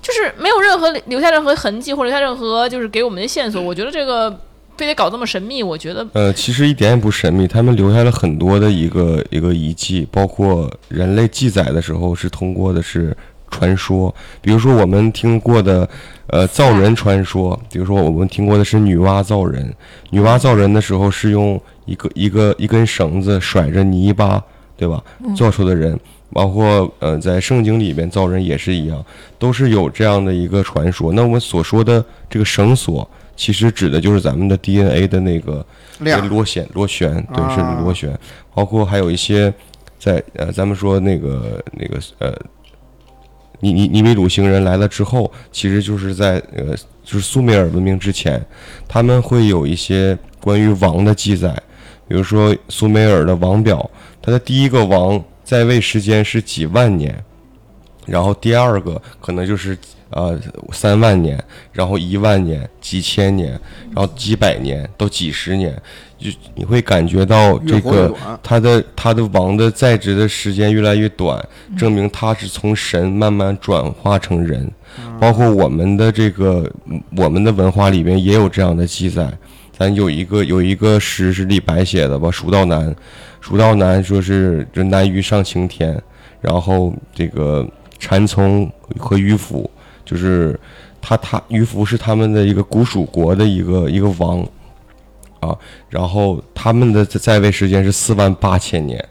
S2: 就是没有任何留下任何痕迹，或者留下任何就是给我们的线索。我觉得这个非得搞这么神秘，我觉得
S6: 呃，其实一点也不神秘，他们留下了很多的一个一个遗迹，包括人类记载的时候是通过的是传说，比如说我们听过的，呃，造人传说，比如说我们听过的是女娲造人，女娲造人的时候是用一个一个一根绳子甩着泥巴，对吧？做出的人，包括呃，在圣经里面造人也是一样，都是有这样的一个传说。那我们所说的这个绳索，其实指的就是咱们的 DNA 的那个。
S3: 亮
S6: 螺旋螺旋，对，是
S3: 啊
S6: 螺旋，包括还有一些在呃，咱们说那个那个呃，尼尼尼比鲁星人来了之后，其实就是在呃，就是苏美尔文明之前，他们会有一些关于王的记载，比如说苏美尔的王表，他的第一个王在位时间是几万年，然后第二个可能就是呃三万年，然后一万年、几千年，然后几百年到几十年，就你会感觉到
S3: 越
S6: 这
S3: 活越
S6: 个
S3: 短。
S6: 他的他的王的在职的时间越来越短，证明他是从神慢慢转化成人。
S3: 嗯
S6: 包括我们的这个我们的文化里面也有这样的记载。咱有一个有一个诗是李白写的吧，《蜀道难》，《蜀道难》说是这难于上青天，然后这个禅宗和迂腐，就是他他迂腐是他们的一个古蜀国的一个一个王啊，然后他们的在在位时间是四万八千年，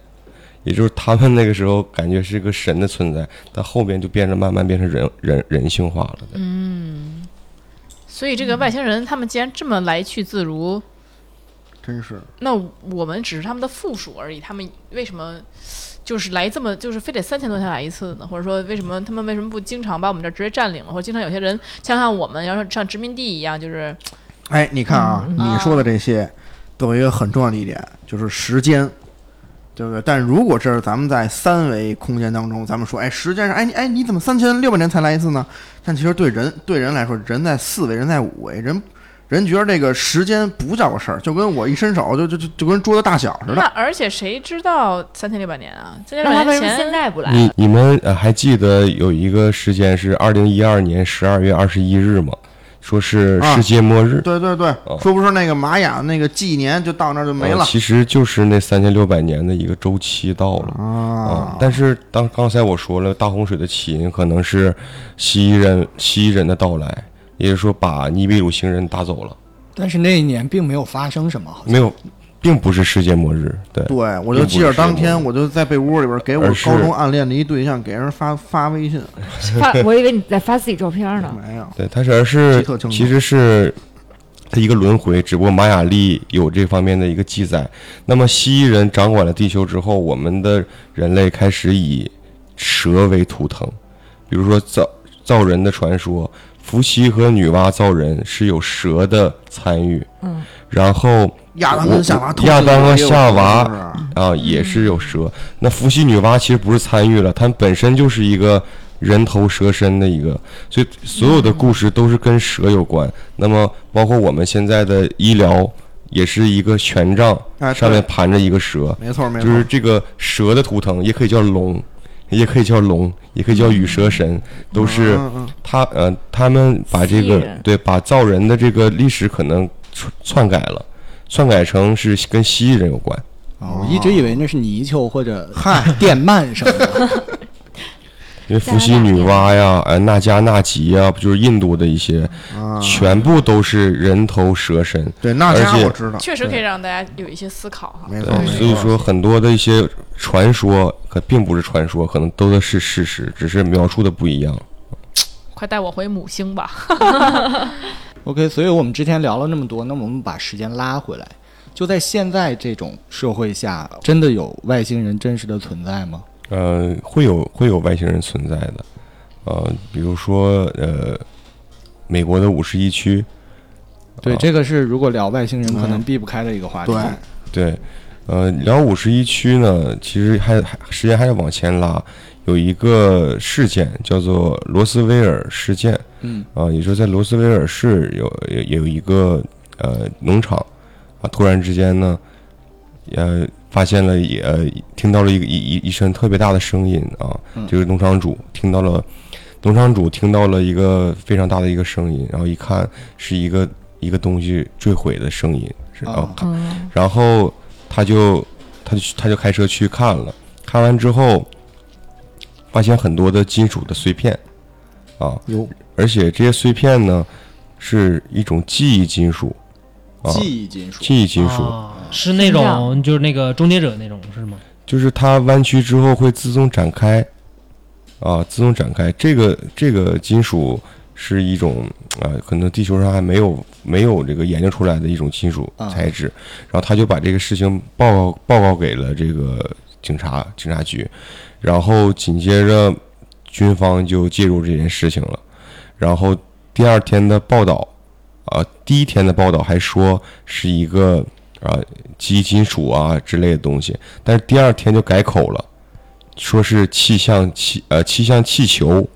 S6: 也就是他们那个时候感觉是个神的存在，但后边就变成慢慢变成人人人性化了。
S2: 所以这个外星人他们既然这么来去自如，
S3: 真是
S2: 那我们只是他们的附属而已。他们为什么就是来这么就是非得三千多天来一次呢？或者说为什么他们为什么不经常把我们这儿直接占领了？或者经常有些人像像我们要是像殖民地一样，就是
S3: 哎，你看啊，你说的这些都有一个很重要的一点，就是时间，对不对？但如果这是咱们在三维空间当中，咱们说，哎，时间上，哎你哎你怎么三千六百年才来一次呢？但其实对人对人来说，人在四维，人在五维，人人觉得这个时间不叫个事儿，就跟我一伸手就就就就跟桌子大小
S2: 那
S3: 似的。
S2: 而且谁知道三千六百年啊？三千
S5: 那
S2: 六
S5: 他
S2: 百
S5: 为
S2: 年
S5: 什么现
S2: 前
S5: 在不来？
S6: 你你们呃还记得有一个事件是二零一二年十二月二十一日吗？说是
S3: 啊
S6: 世界末日，
S3: 对对对，说不是那个玛雅那个纪年就到那儿就没
S6: 呃
S3: 了
S6: 其实就是那三千六百年的一个周期到了。
S3: 啊
S6: 啊，但是当刚才我说了，大洪水的起因可能是蜥蜴人蜥蜴人的到来，也就是说把尼比鲁星人打走了，
S7: 但是那一年并没有发生什么，好像
S6: 没有，并不是世界末日，对，
S3: 对，我就记着当天我就在被窝里边给我
S6: 而是
S3: 高中暗恋的一对象给人发发微信，哎
S5: 发，我以为你在发自己照片呢。
S3: 没有，
S6: 对，它是而是
S3: 基特清楚
S6: 其实是它一个轮回，只不过玛雅历有这方面的一个记载。那么蜥蜴人掌管了地球之后，我们的人类开始以蛇为图腾，比如说造造人的传说，伏羲和女娲造人是有蛇的参与，
S5: 嗯，
S6: 然后
S3: 亚当跟夏娃
S6: 我
S3: 偷
S6: 亚当和夏娃
S3: 是不是
S6: 啊，也是有蛇。那伏羲、女娲其实不是参与了，他们本身就是一个人头蛇身的一个，所以所有的故事都是跟蛇有关。那么包括我们现在的医疗，也是一个权杖
S3: 哎，
S6: 上面盘着一个蛇，
S3: 没错没
S6: 就
S3: 错，
S6: 是这个蛇的图腾，也可以叫龙，也可以叫龙，也可以叫羽蛇神，都是
S3: 嗯嗯
S6: 他呃，他们把这
S5: 蜥蜴
S6: 个
S5: 人
S6: 对把造人的这个历史可能篡篡改了，篡改成是跟蜥蜴人有关。
S7: 啊我一直以为那是泥鳅或者嗨 电鳗什么的。
S6: 因为伏羲、女娲呀，哎，那迦那吉呀，不就是印度的一些，
S3: 啊
S6: 全部都是人头蛇身。
S3: 对那家
S6: 而且
S3: 我知道，
S2: 确实可以让大家有一些思考哈。
S3: 没错
S6: 对，
S3: 没错
S6: 所以说很多的一些传说，可并不是传说，可能都是事实，只是描述的不一样。
S2: 快带我回母星吧！
S7: OK，所以我们之前聊了那么多，那么我们把时间拉回来，就在现在这种社会下，真的有外星人真实的存在吗？
S6: 呃，会有会有外星人存在的，呃，比如说呃，美国的五十一区，
S7: 对，
S6: 啊
S7: 这个是如果聊外星人可能避不开的一个话题。
S3: 对
S6: 对，呃，聊五十一区呢，其实还还时间还是往前拉，有一个事件叫做罗斯威尔事件
S7: 嗯，
S6: 啊、也就是在罗斯威尔市有有有一个呃农场啊，突然之间呢，呃，发现了也、呃、听到了一个一一一声特别大的声音啊，这个农场主听到了，农场主听到了一个非常大的一个声音，然后一看是一个一个东西坠毁的声音，是
S7: 哦
S6: 啊，看
S5: 嗯，
S6: 然后他就他就去他就开车去看了，看完之后发现很多的金属的碎片啊，
S3: 有
S6: 而且这些碎片呢是一种记忆金属啊，
S7: 记忆金属。
S6: 记忆金属、
S4: 啊是那
S5: 这
S4: 种
S5: 样
S4: 就是那个终结者那种是吗？
S6: 就是它弯曲之后会自动展开啊，自动展开。这个这个金属是一种啊，可能地球上还没有没有这个研究出来的一种金属
S7: 啊
S6: 材质。然后他就把这个事情报告报告给了这个警察警察局，然后紧接着军方就介入这件事情了。然后第二天的报道，啊，第一天的报道还说是一个啊基金属啊之类的东西，但是第二天就改口了，说是气象气呃气象气球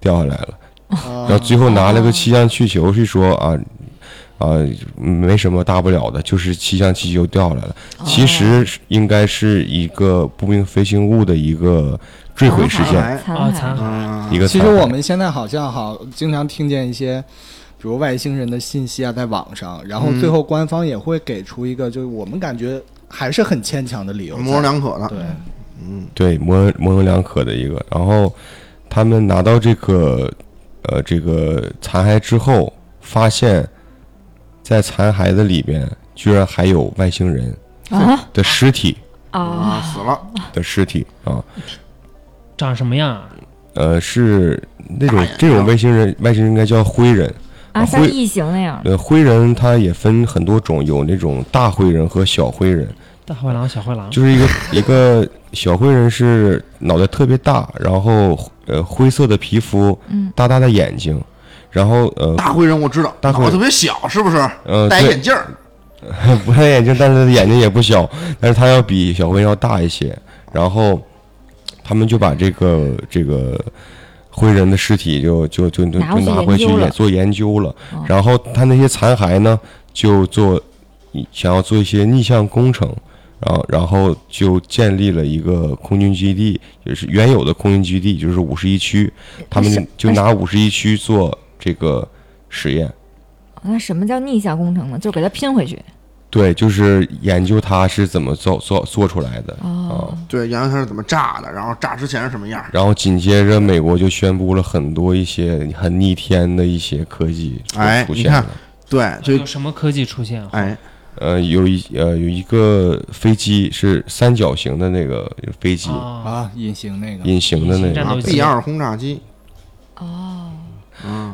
S6: 掉下来了，然后最后拿了个气象气球是说啊啊没什么大不了的，就是气象气球掉下来了，其实是应该是一个不明飞行物的一个坠毁事件，
S3: 来
S5: 残
S4: 啊，
S5: 骸
S4: 残骸
S3: 嗯
S6: 一个
S7: 其
S6: 残
S7: 实
S6: 骸
S7: 我们现在好像好经常听见一些，比如外星人的信息啊，在网上，然后最后官方也会给出一个，就是我们感觉还是很牵强的理由在。
S3: 模棱两可的，
S7: 对，
S6: 对，模模棱两可的一个。然后他们拿到这个呃这个残骸之后，发现，在残骸的里边居然还有外星人
S5: 啊
S6: 的尸体
S5: 啊
S3: 啊，！死了，
S6: 的尸体啊，
S4: 长什么样啊？
S6: 呃是那种这种外星人，外星人应该叫灰人。
S5: 啊，
S6: 啊
S5: 像
S6: 灰
S5: 异形那样，
S6: 呃，灰人它也分很多种，有那种大灰人和小灰人。
S4: 大灰狼、小灰狼，
S6: 就是一个 一个小灰人是脑袋特别大，然后呃灰色的皮肤，大大的眼睛，然后呃
S3: 大灰人我知道，
S6: 大灰
S3: 脑袋特别小，是不是？
S6: 呃
S3: 戴
S6: 对
S3: 眼镜儿，
S6: 不戴眼镜，但是他的眼睛也不小，但是他要比小灰人要大一些。然后他们就把这个这个灰人的尸体就就就就
S5: 拿
S6: 就
S5: 回去
S6: 拿回去
S5: 研究了
S6: 也做研究了
S5: 哦，
S6: 然后他那些残骸呢，就做想要做一些逆向工程，然后然后就建立了一个空军基地，也是原有的空军基地，就是五十一区，他
S5: 是
S6: 们就拿五十一区做这个实验。
S5: 那什么叫逆向工程呢？就是给它拼回去。
S6: 对，就是研究它是怎么做做做出来的啊、
S5: 哦，
S3: 对，洋洋它是怎么炸的，然后炸之前是什么样儿？
S6: 然后紧接着，美国就宣布了很多一些很逆天的一些科技就
S3: 哎
S6: 出
S3: 你
S6: 现
S3: 看
S6: 了。
S3: 对，就
S4: 有什么科技出现啊？
S3: 哎，
S6: 呃，有一呃有一个飞机是三角形的那个飞机，
S4: 啊，
S7: 啊，隐形那个
S6: 隐形的那
S4: 隐形战斗
S6: 个
S4: 机
S3: ，B 二轰炸机，
S5: 哦，
S3: 嗯，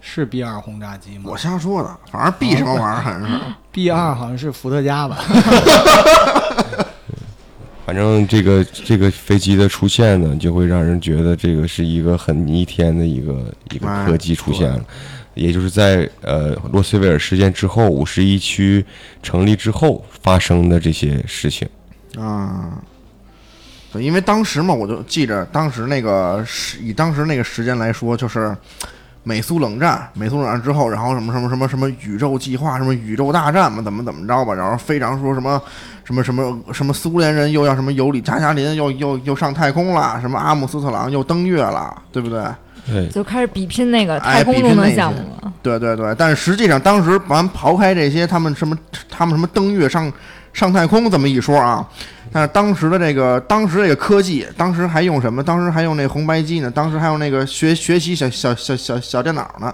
S7: 是 B 二轰炸机吗
S3: 我瞎说的，反正 B 什么玩意儿，好像是。
S7: ？B 二好像是伏特加吧？
S6: 反正这个这个飞机的出现呢，就会让人觉得这个是一个很逆天的一个一个
S3: 哎
S6: 科技出现了。也就是在呃洛斯维尔事件之后，五十一区成立之后发生的这些事情。
S3: 啊，对，因为当时嘛，我就记着当时那个时以当时那个时间来说，就是美苏冷战，美苏冷战之后，然后什么什么什么什么宇宙计划，什么宇宙大战嘛，怎么怎么着吧，然后非常说什么什么什么什么苏联人又要什么尤里加加林又又又上太空了，什么阿姆斯特朗又登月了，对不对？
S6: 对，
S5: 就开始比拼那个
S3: 哎
S5: 太空
S3: 比
S5: 中
S3: 拼那
S5: 的
S3: 些
S5: 项目了。
S3: 对对对，但是实际上当时咱刨开这些，他们什么他们什么登月上上太空这么一说啊，但是当时的这个当时这个科技，当时还用什么？当时还用那红白机呢，当时还用那个学学习小小小小小电脑呢。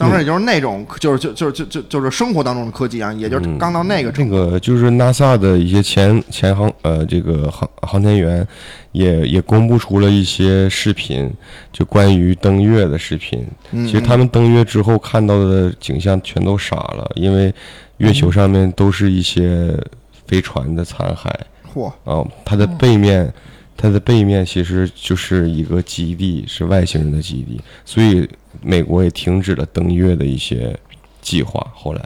S3: 当时也就是那种，就是就就就就就是生活当中的科技啊，也就是
S6: 嗯
S3: 刚到那个程
S6: 这个就是 NASA 的一些前前航呃这个航航天员也也公布出了一些视频，就关于登月的视频。
S3: 嗯
S6: 其实他们登月之后看到的景象全都傻了，因为
S3: 嗯
S6: 月球上面都是一些飞船的残骸
S3: 嚯，
S6: 啊，它的
S3: 嗯
S6: 背面。它的背面其实就是一个基地，是外星人的基地，所以美国也停止了登月的一些计划。后来，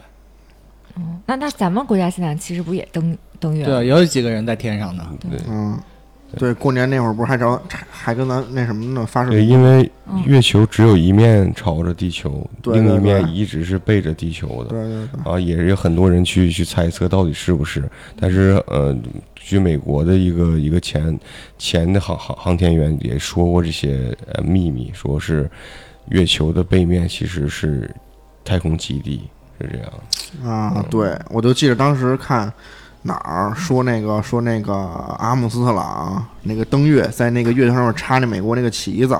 S5: 那那咱们国家现在其实不也登登
S3: 啊
S5: 月了？
S7: 对，也有几个人在天上呢。
S6: 对，
S3: 嗯，对，过年那会儿不是还找还跟咱那什么呢发视
S6: 对，
S3: 频，
S6: 因为
S5: 嗯
S6: 月球只有一面朝着地球，
S3: 对对
S6: 另一面
S3: 对
S6: 一直是背着地球的。
S3: 对对对，
S6: 啊，也有很多人去去猜测到底是不是，但是呃，据美国的一个一个前前的航航航天员也说过这些呃秘密，说是月球的背面其实是太空基地，是这样。
S3: 啊，对，我就记得当时看哪儿说那个说那个阿姆斯特朗那个登月，在那个月球上面插那美国那个旗子，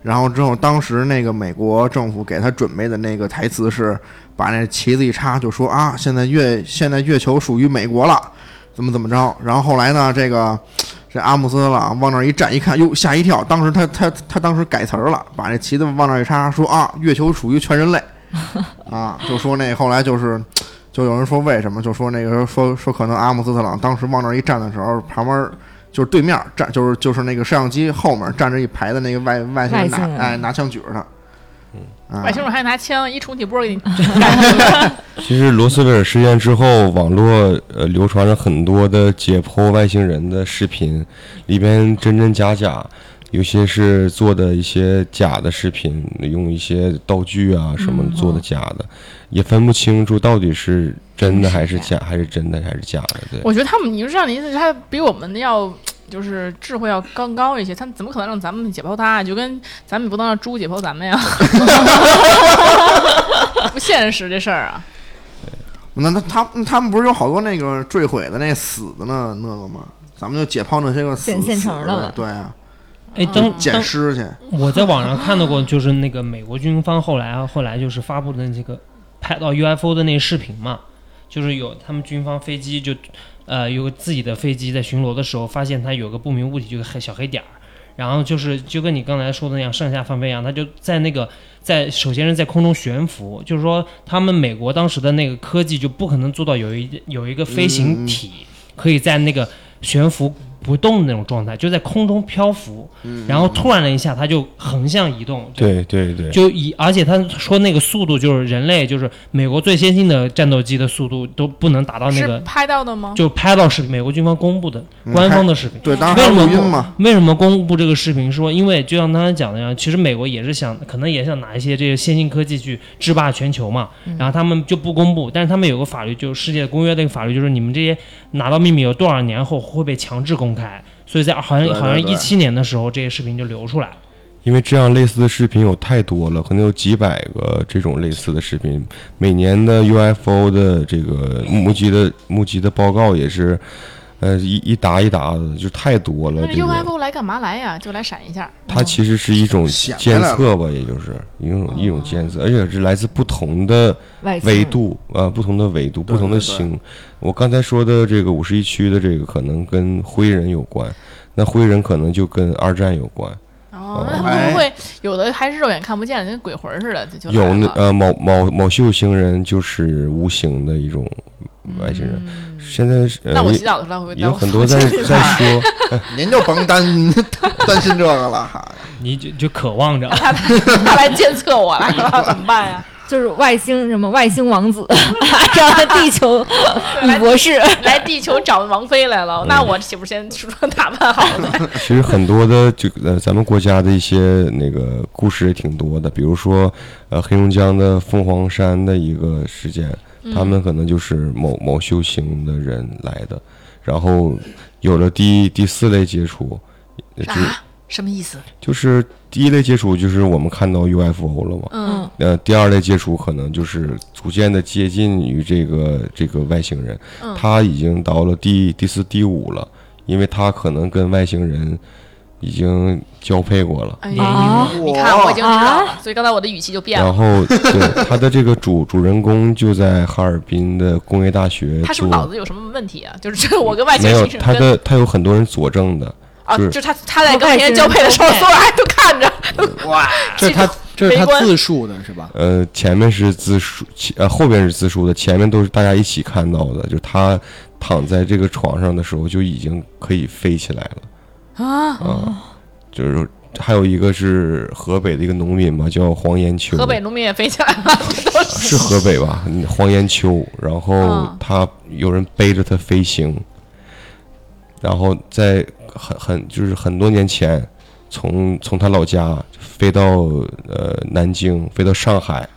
S3: 然后之后当时那个美国政府给他准备的那个台词是，把那旗子一插就说啊，现在月现在月球属于美国了，怎么怎么着，然后后来呢这个。这阿姆斯特朗往那儿一站，一看，哟，吓一跳！当时他他他当时改词儿了，把这旗子往那儿一插，说啊，月球属于全 人类，啊，就说那后来就是就有人说为什么，就说那个说说可能阿姆斯特朗当时往那儿一站的时候，旁边儿就是对面儿站就是就是那个摄像机后面站着一排的那个外外星人
S5: 外星人
S3: 拿哎拿枪举着呢，嗯
S2: 外星人还拿枪一重体波给你，
S6: 其实罗斯威尔事件之后，网络呃流传了很多的解剖外星人的视频，里边真真假假，有些是做的一些假的视频，用一些道具啊什么做的假的，也分不清楚到底是真的嗯还是假，还是真的还是假的。对，
S2: 我觉得他们，你就这样的意思，他比我们要就是智慧要更高一些，他们怎么可能让咱们解剖他啊？就跟咱们不能让猪解剖咱们呀， 不现实这事儿啊。
S3: 那那他那他们不是有好多那个坠毁的那死的呢那个吗？咱们就解剖那些个死
S5: 现现
S3: 死
S5: 成的
S3: 的
S5: 了
S3: 对啊，
S4: 哎，当
S3: 捡
S4: 当
S3: 尸去，
S4: 我在网上看到过，就是那个美国军方后来啊，后来就是发布的那个拍到 UFO 的那个视频嘛，就是有他们军方飞机就，呃，有个自己的飞机在巡逻的时候，发现它有个不明物体，就个黑小黑点儿，然后就是就跟你刚才说的那样上下翻飞一样，它就在那个在首先是在空中悬浮，就是说他们美国当时的那个科技就不可能做到有一有一个飞行体可以在那个悬浮不动的那种状态，就在空中漂浮，然后突然了一下，它就横向移动，就
S6: 对对对，
S4: 就以，而且他说那个速度就是人类就是美国最先进的战斗机的速度都不能
S6: 啊
S4: 达到那
S2: 是
S4: 个，
S2: 拍到的吗？
S4: 就拍到视频，美国军方公布的
S3: 嗯
S4: 官方的视频。
S3: 对，当然
S4: 为
S3: 还
S4: 什么
S3: 有录音嘛，
S4: 为什么公布这个视频说？因为就像刚才讲的一样，其实美国也是想，可能也想拿一些这个先进科技去制霸全球嘛。
S3: 嗯
S4: 然后他们就不公布，但是他们有个法律，就是世界公约的一个法律，就是你们这些拿到秘密有多少年后会被强制公开。所以在好像
S3: 对对
S4: 好像
S3: 对
S4: 一七年的时候，这些视频就流出来了。
S6: 因为这样类似的视频有太多了，可能有几百个这种类似的视频。每年的 UFO 的这个目击的目击的报告也是，呃，一一沓一沓的，就太多了。
S2: 那
S6: 这个
S2: UFO 来干嘛来呀？就来闪一下。
S6: 它其实是一种
S3: 哦显摆
S6: 监
S3: 来了
S6: 测吧，也就是一种一种监测，而且是来自不同的
S5: 外星
S6: 维
S5: 人
S6: 度，呃，不同的维度，不同的
S3: 对对
S6: 星。我刚才说的这个五十一区的这个，可能跟灰人有关，那灰人可能就跟二战有关。
S2: 哦，那他们会不会有的还是肉眼看不见的，跟鬼魂似的，就就来
S6: 有那
S2: 了啊
S6: 呃某某某秀星人就是无形的一种外星人，现在是
S2: 嗯那
S6: 呃
S2: 我洗澡的时候会
S6: 有
S2: 当
S6: 很多在在说，
S3: 您就甭担担心 这个了。 哈
S4: 你就就渴望 着，
S2: 他来监测我来 了，怎么办呀？
S5: 就是外星什么外星王子，然后地球女博士，
S2: 来地球找王妃来了，那我岂不是先梳妆打扮好了？
S6: 其实很多的就呃咱们国家的一些那个故事也挺多的，比如说呃黑龙江的凤凰山的一个事件，
S2: 嗯
S6: 他们可能就是某某修行的人来的，然后有了第第四类接触，呃就
S2: 啊，什么意思？
S6: 就是第一类接触就是我们看到 UFO 了嘛，
S2: 嗯，
S6: 呃，第二类接触可能就是逐渐的接近于这个这个外星人，
S2: 嗯
S6: 他已经到了第第四、第五了，因为他可能跟外星人已经交配过了。
S2: 哎
S4: 联
S2: 呀，
S4: 谊
S5: 啊
S2: 你看我已经知道了
S5: 啊，
S2: 所以刚才我的语气就变
S6: 然
S2: 了。
S6: 后，对他的这个主主人公就在哈尔滨的工业大学
S2: 他是不
S6: 做
S2: 是，脑子有什么问题啊？就是这我跟外
S6: 没
S2: 星
S6: 有
S2: 人是
S6: 他
S2: 跟
S6: 的他有很多人佐证的，
S2: 啊，
S6: 就是
S2: 就是他他在跟别人交配的时候，
S5: 我
S2: 所
S5: 外星人
S2: 有人都看着。
S7: 这是
S2: 这
S7: 他这是
S2: 围
S7: 他
S2: 观
S7: 自述的是吧？
S6: 呃，前面是自述，其呃后边是自述的，前面都是大家一起看到的，就是他躺在这个床上的时候就已经可以飞起来了。
S2: 啊，
S6: 就是说还有一个是河北的一个农民嘛，叫黄延秋，
S2: 河北农民也飞起来了，这都是
S6: 是河北吧？嗯黄延秋，然后
S2: 嗯
S6: 他有人背着他飞行，然后在很很就是很多年前，从从他老家飞到呃南京，飞到上海，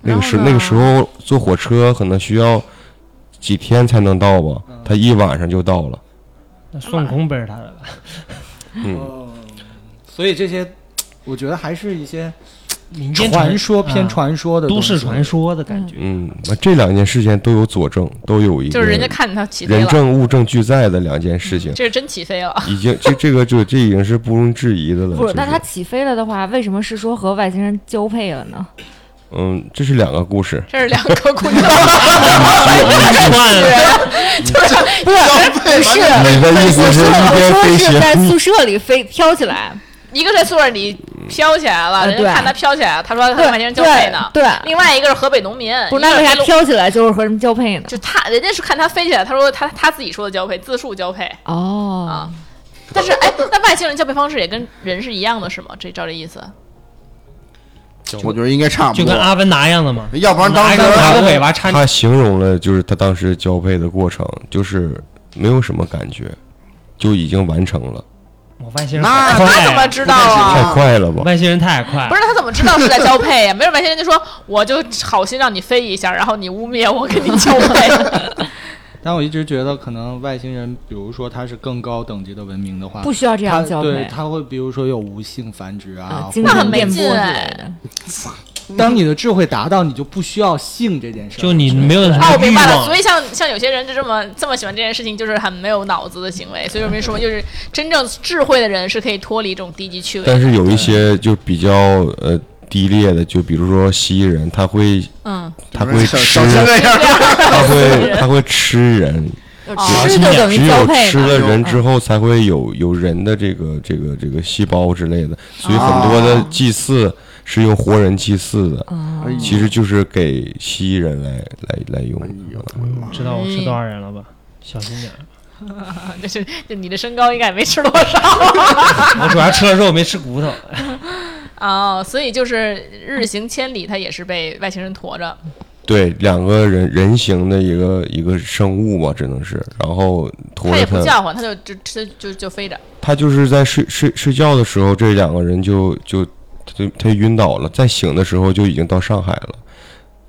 S6: 那个时
S2: 然后呢
S6: 那个时候坐火车可能需要几天才能到吧，他一晚上就到了。
S4: 那孙悟空背着他来吧。
S7: 所以这些，我觉得还是一些
S4: 民间
S7: 传说偏
S4: 啊
S7: 传说的
S4: 都
S7: 东
S4: 市
S7: 西
S4: 传说的感觉。
S6: 嗯，这两件事情都有佐证，都有一 个
S2: 就是人家看见他起飞
S6: 人
S2: 了，嗯
S6: 证物证俱在的两件事情，
S2: 这是真起飞了。
S6: 已经这这个就这已经是不容置疑的了。
S5: 不，
S6: 就是
S5: 那他起飞了的话，为什么是说和外星人交配了呢？
S6: 嗯，这是两个故事，
S2: 这是两个姑娘，
S5: 不是，不是，
S6: 你的意思
S5: 我
S6: 是
S5: 说
S6: 一边
S5: 我
S6: 飞
S5: 说是在
S6: 行，
S5: 宿舍里飞飘起来，
S2: 一个在宿舍里飘起来了，
S5: 嗯
S2: 人家看他飘起来了，他说他跟外星人交配呢。
S5: 对对
S2: 另外一个是河北农民，
S5: 不是
S2: 一
S5: 那
S2: 个
S5: 为
S2: 是
S5: 啥
S2: 黑龙
S5: 飘起来就是和人交配呢？
S2: 就他，人家是看他飞起来，他说他他自己说的交配，自述交配
S5: 哦
S2: 啊。但是哎，那外星人交配方式也跟人是一样的，是吗？这照这意思，
S3: 我觉得应该差不
S4: 就跟
S3: 多，
S4: 阿凡达一样的嘛，
S3: 要不然当
S4: 拿一
S3: 时
S4: 个拿个尾巴插
S6: 他形容了就是他当时交配的过程，就是没有什么感觉，就已经完成了，
S4: 我外星人
S3: 那
S4: 太
S2: 那他怎么
S4: 快，
S2: 知道啊？
S6: 太快了吧？
S4: 外星人太快
S2: 不，是他怎么知道是在交配呀、没准外星人就说我就好心让你飞一下，然后你污蔑我跟你交 配，
S7: 但我一直觉得，可能外星人，比如说他是更高等级的文明的话，
S5: 不需要这
S7: 他
S5: 样交
S7: 啊对
S5: 配
S7: 他会，比如说有无性繁殖啊
S5: 啊，，精
S7: 或者
S2: 那很
S5: 神
S2: 没
S5: 电波
S2: 劲
S5: 之
S2: 哎
S5: 类的。
S7: 当你的智慧达到，你就不需要性这件事儿。
S4: 就你没有什
S2: 啊，我
S4: 么
S2: 明
S4: 欲
S2: 白了。
S4: 望
S2: 所，以像像有些人就这么这么喜欢这件事情，就是很没有脑子的行为。所以我们说，就是真正智慧的人是可以脱离这种低级趣味的。
S6: 但是有一些就比较呃低劣的，就比如说蜥蜴人，他会
S2: 嗯，
S6: 他会
S3: 小
S6: 吃
S3: 小，心这样。
S6: 他会他会吃人，
S2: 哦
S5: 吃的等
S6: 只
S5: 于交
S6: 有
S5: 配
S6: 吃
S5: 嘛，嗯
S6: 了人之后，才会有有人的这个这个这个细胞之类的，所以很多
S3: 啊
S6: 的祭祀是用活人祭祀的，
S3: 哦哎
S6: 其实就是给蜥蜴人来来来用的。
S4: 嗯 知道我吃多少人了吧？小心点儿，
S2: 就是就你的身高应该也没吃多少
S4: 我主要吃了肉没吃骨头，
S2: 哦，所以就是日行千里，它也是被外星人驮着。
S6: 对，两个人人形的一个一个生物嘛，只能是，然后驮
S2: 它也
S6: 着
S2: 不
S6: 它，
S2: 叫唤，它就就就就就飞着。
S6: 它就是在睡睡睡觉的时候，这两个人就就就他晕倒了，在醒的时候就已经到上海了，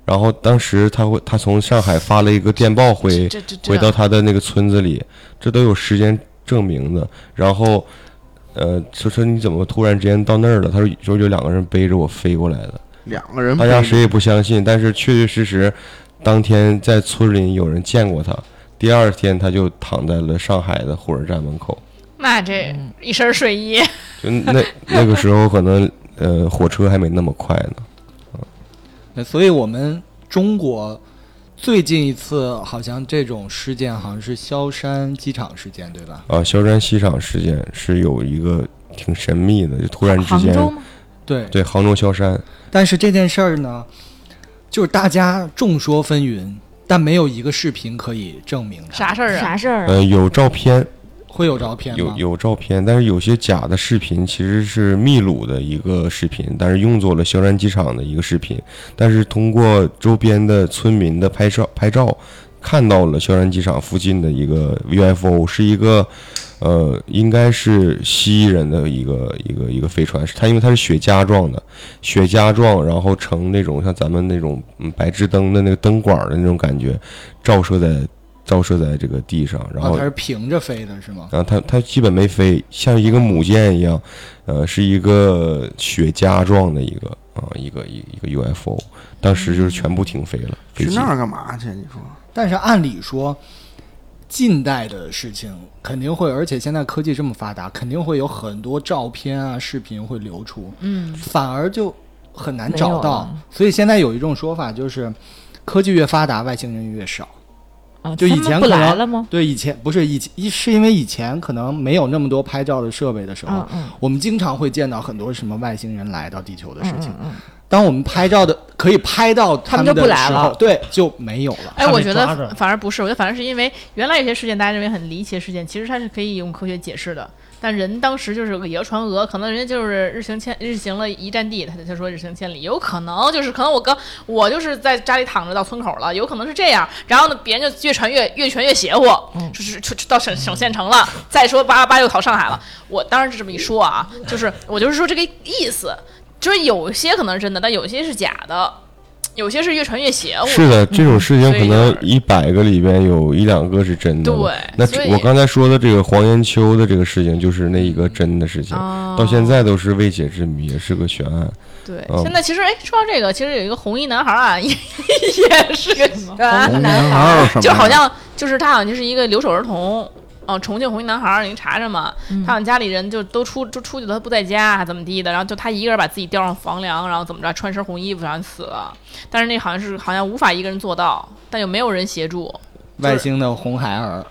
S6: 然后当时他会他从上海发了一个电报回
S2: 这这
S6: 回到
S2: 这
S6: 他的那个村子里，这都有时间证明的。然后，呃，就说你怎么突然之间到那儿了？他说说有两个人背着我飞过来的，
S3: 两个人
S6: 大家谁也不相信，但是确确实实，当天在村里有人见过他。第二天他就躺在了上海的火车站门口，
S2: 那这
S6: 嗯
S2: 一身睡衣，
S6: 就那 那个时候可能呃火车还没那么快呢。
S7: 那所以我们中国最近一次好像这种事件好像是萧山机场事件，对吧？
S6: 啊，萧山西厂事件是有一个挺神秘的，就突然之
S5: 杭
S6: 间
S5: 州吗？
S7: 对
S6: 对杭州萧山，
S7: 但是这件事儿呢，就是大家众说纷纭，但没有一个视频可以证明它
S2: 啥事儿啊？
S5: 啥事儿啊？
S6: 呃有照片，
S7: 会有照片吗？
S6: 有有照片，但是有些假的视频其实是秘鲁的一个视频，但是用作了萧山机场的一个视频，但是通过周边的村民的拍照拍照，看到了萧山机场附近的一个 UFO，是一个呃应该是蜥蜴人的一个一个一个飞船，它因为它是雪茄状的，雪茄状，然后呈那种像咱们那种嗯白炽灯的那个灯管的那种感觉，照射在照射在这个地上，然
S7: 啊，
S6: 后
S7: 它是平着飞的，是吗？
S6: 然后它它基本没飞，像一个母舰一样，呃，是一个雪茄状的一个啊、一个一一个 UFO，当时就是全部停飞了，飞
S3: 去嗯
S6: 机
S3: 那儿干嘛去？你说
S7: 但是按理说，近代的事情肯定会，而且现在科技这么发达，肯定会有很多照片啊、视频会流出，
S2: 嗯，
S7: 反而就很难
S5: 没有
S7: 找到
S5: 了。
S7: 所以现在有一种说法就是，科技越发达，外星人越少。
S5: 啊
S7: 呃就
S5: 他
S7: 以
S5: 们
S7: 前
S5: 不
S7: 可
S5: 来
S7: 能
S5: 了吗？
S7: 对，以前不是以前，一是因为以前可能没有那么多拍照的设备的时候，
S5: 嗯嗯
S7: 我们经常会见到很多什么外星人来到地球的事
S5: 嗯
S7: 情。
S5: 嗯嗯，
S7: 当我们拍照的可以拍到
S5: 他们
S7: 们
S5: 就
S7: 的
S5: 不来
S7: 时候
S5: 了，
S7: 对，就没有了。
S2: 哎，
S4: 他
S2: 我
S4: 被
S2: 觉
S4: 抓
S2: 得
S4: 着
S2: 反而不是，我觉得反而是因为原来有些事件大家认为很离奇的事件，其实它是可以用科学解释的。但人当时就是个以讹传讹，可能人家就是日行千日行了一站地，他就他说日行千里，有可能就是可能我刚我就是在家里躺着到村口了，有可能是这样。然后呢，别人就越传越越传越邪乎，
S4: 嗯
S2: 就是就就到省省县城了。再说八八八又考上海了，我当然是这么一说啊，就是我就是说这个意思，就是有些可能是真的，但有些是假的，有些是越传越邪乎。
S6: 是的，这种事情
S2: 啊所以
S6: 可能
S2: 就是
S6: 一百个里边有一两个是真的。
S2: 对
S6: 那
S2: 所
S6: 这
S2: 以
S6: 我刚才说的这个黄延秋的这个事情，就是那一个真的事情，
S2: 哦
S6: 到现在都是未解之谜，也是个悬案。
S2: 对，
S6: 嗯
S2: 现在其实哎，说到这个，其实有一个红衣男孩啊， 也也是个悬案
S3: 红男孩儿什么的？
S2: 就好像就是他好像就是一个留守儿童。嗯，重庆红衣男孩儿，你查查嘛，他好像家里人就都出就出去了，他不在家，还怎么地的，然后就他一个人把自己吊上房梁，然后怎么着，穿身红衣服，然后死了。但是那好像是好像无法一个人做到，但又没有人协助，
S7: 外星的红孩 儿，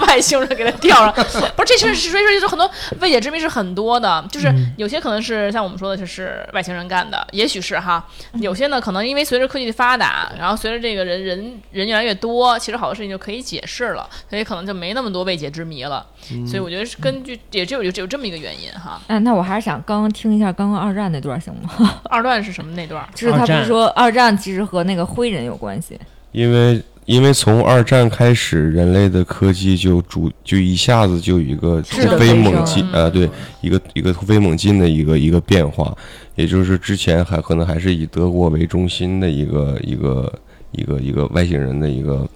S2: 外星人给他吊上。不是，这事儿是所以说就是很多未解之谜是很多的，就是
S6: 嗯
S2: 有些可能是像我们说的，就是外星人干的，也许是哈。有些呢，可能因为随着科技的发达，然后随着这个人人人越来越多，其实好多事情就可以解释了，所以可能就没那么多未解之谜了。
S6: 嗯
S2: 所以我觉得是根据也只有有有这么一个原因哈。
S5: 哎，那我还是想刚刚听一下刚刚二战那段行吗？
S2: 二段是什么那段儿？
S5: 就是
S4: 二
S5: 他不是
S4: 战
S5: 说二战其实和那个灰人有关系，
S6: 因为因为从二战开始，人类的科技就逐就一下子就有一个突
S5: 质的
S6: 飞
S5: 飞
S6: 猛
S5: 升嗯
S6: 进，呃，对，一个一个突飞猛进的一个一个变化，也就是之前还可能还是以德国为中心的一个一个一个一个外星人的一个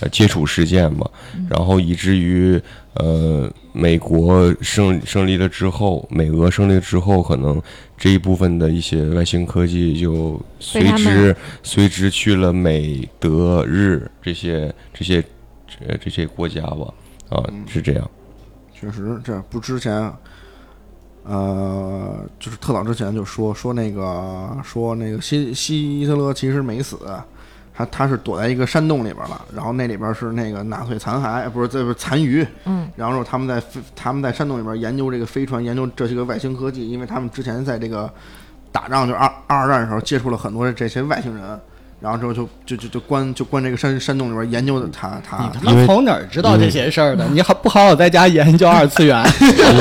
S6: 呃接触事件嘛，
S5: 嗯
S6: 然后以至于呃美国胜胜利了之后，美俄胜利之后，可能这一部分的一些外星科技就随
S5: 被他
S6: 之
S5: 们
S6: 随之去了美德日这些这些呃这这些国家吧，啊，
S5: 嗯
S6: 是这样。
S3: 确实，这不之前，呃，就是特早之前就说说那个说那个希希特勒其实没死，他他是躲在一个山洞里边了，然后那里边是那个纳粹残骸，不是这不是残余，
S5: 嗯，
S3: 然后他们在飞他们在山洞里边研究这个飞船，研究这些个外星科技，因为他们之前在这个打仗就二二战的时候接触了很多这些外星人。然后之后就就就就关就关这个山山洞里边研究的他他
S7: 啊你他妈从哪儿知道这些事儿的？你还不好好在家研究二 次元？
S6: 因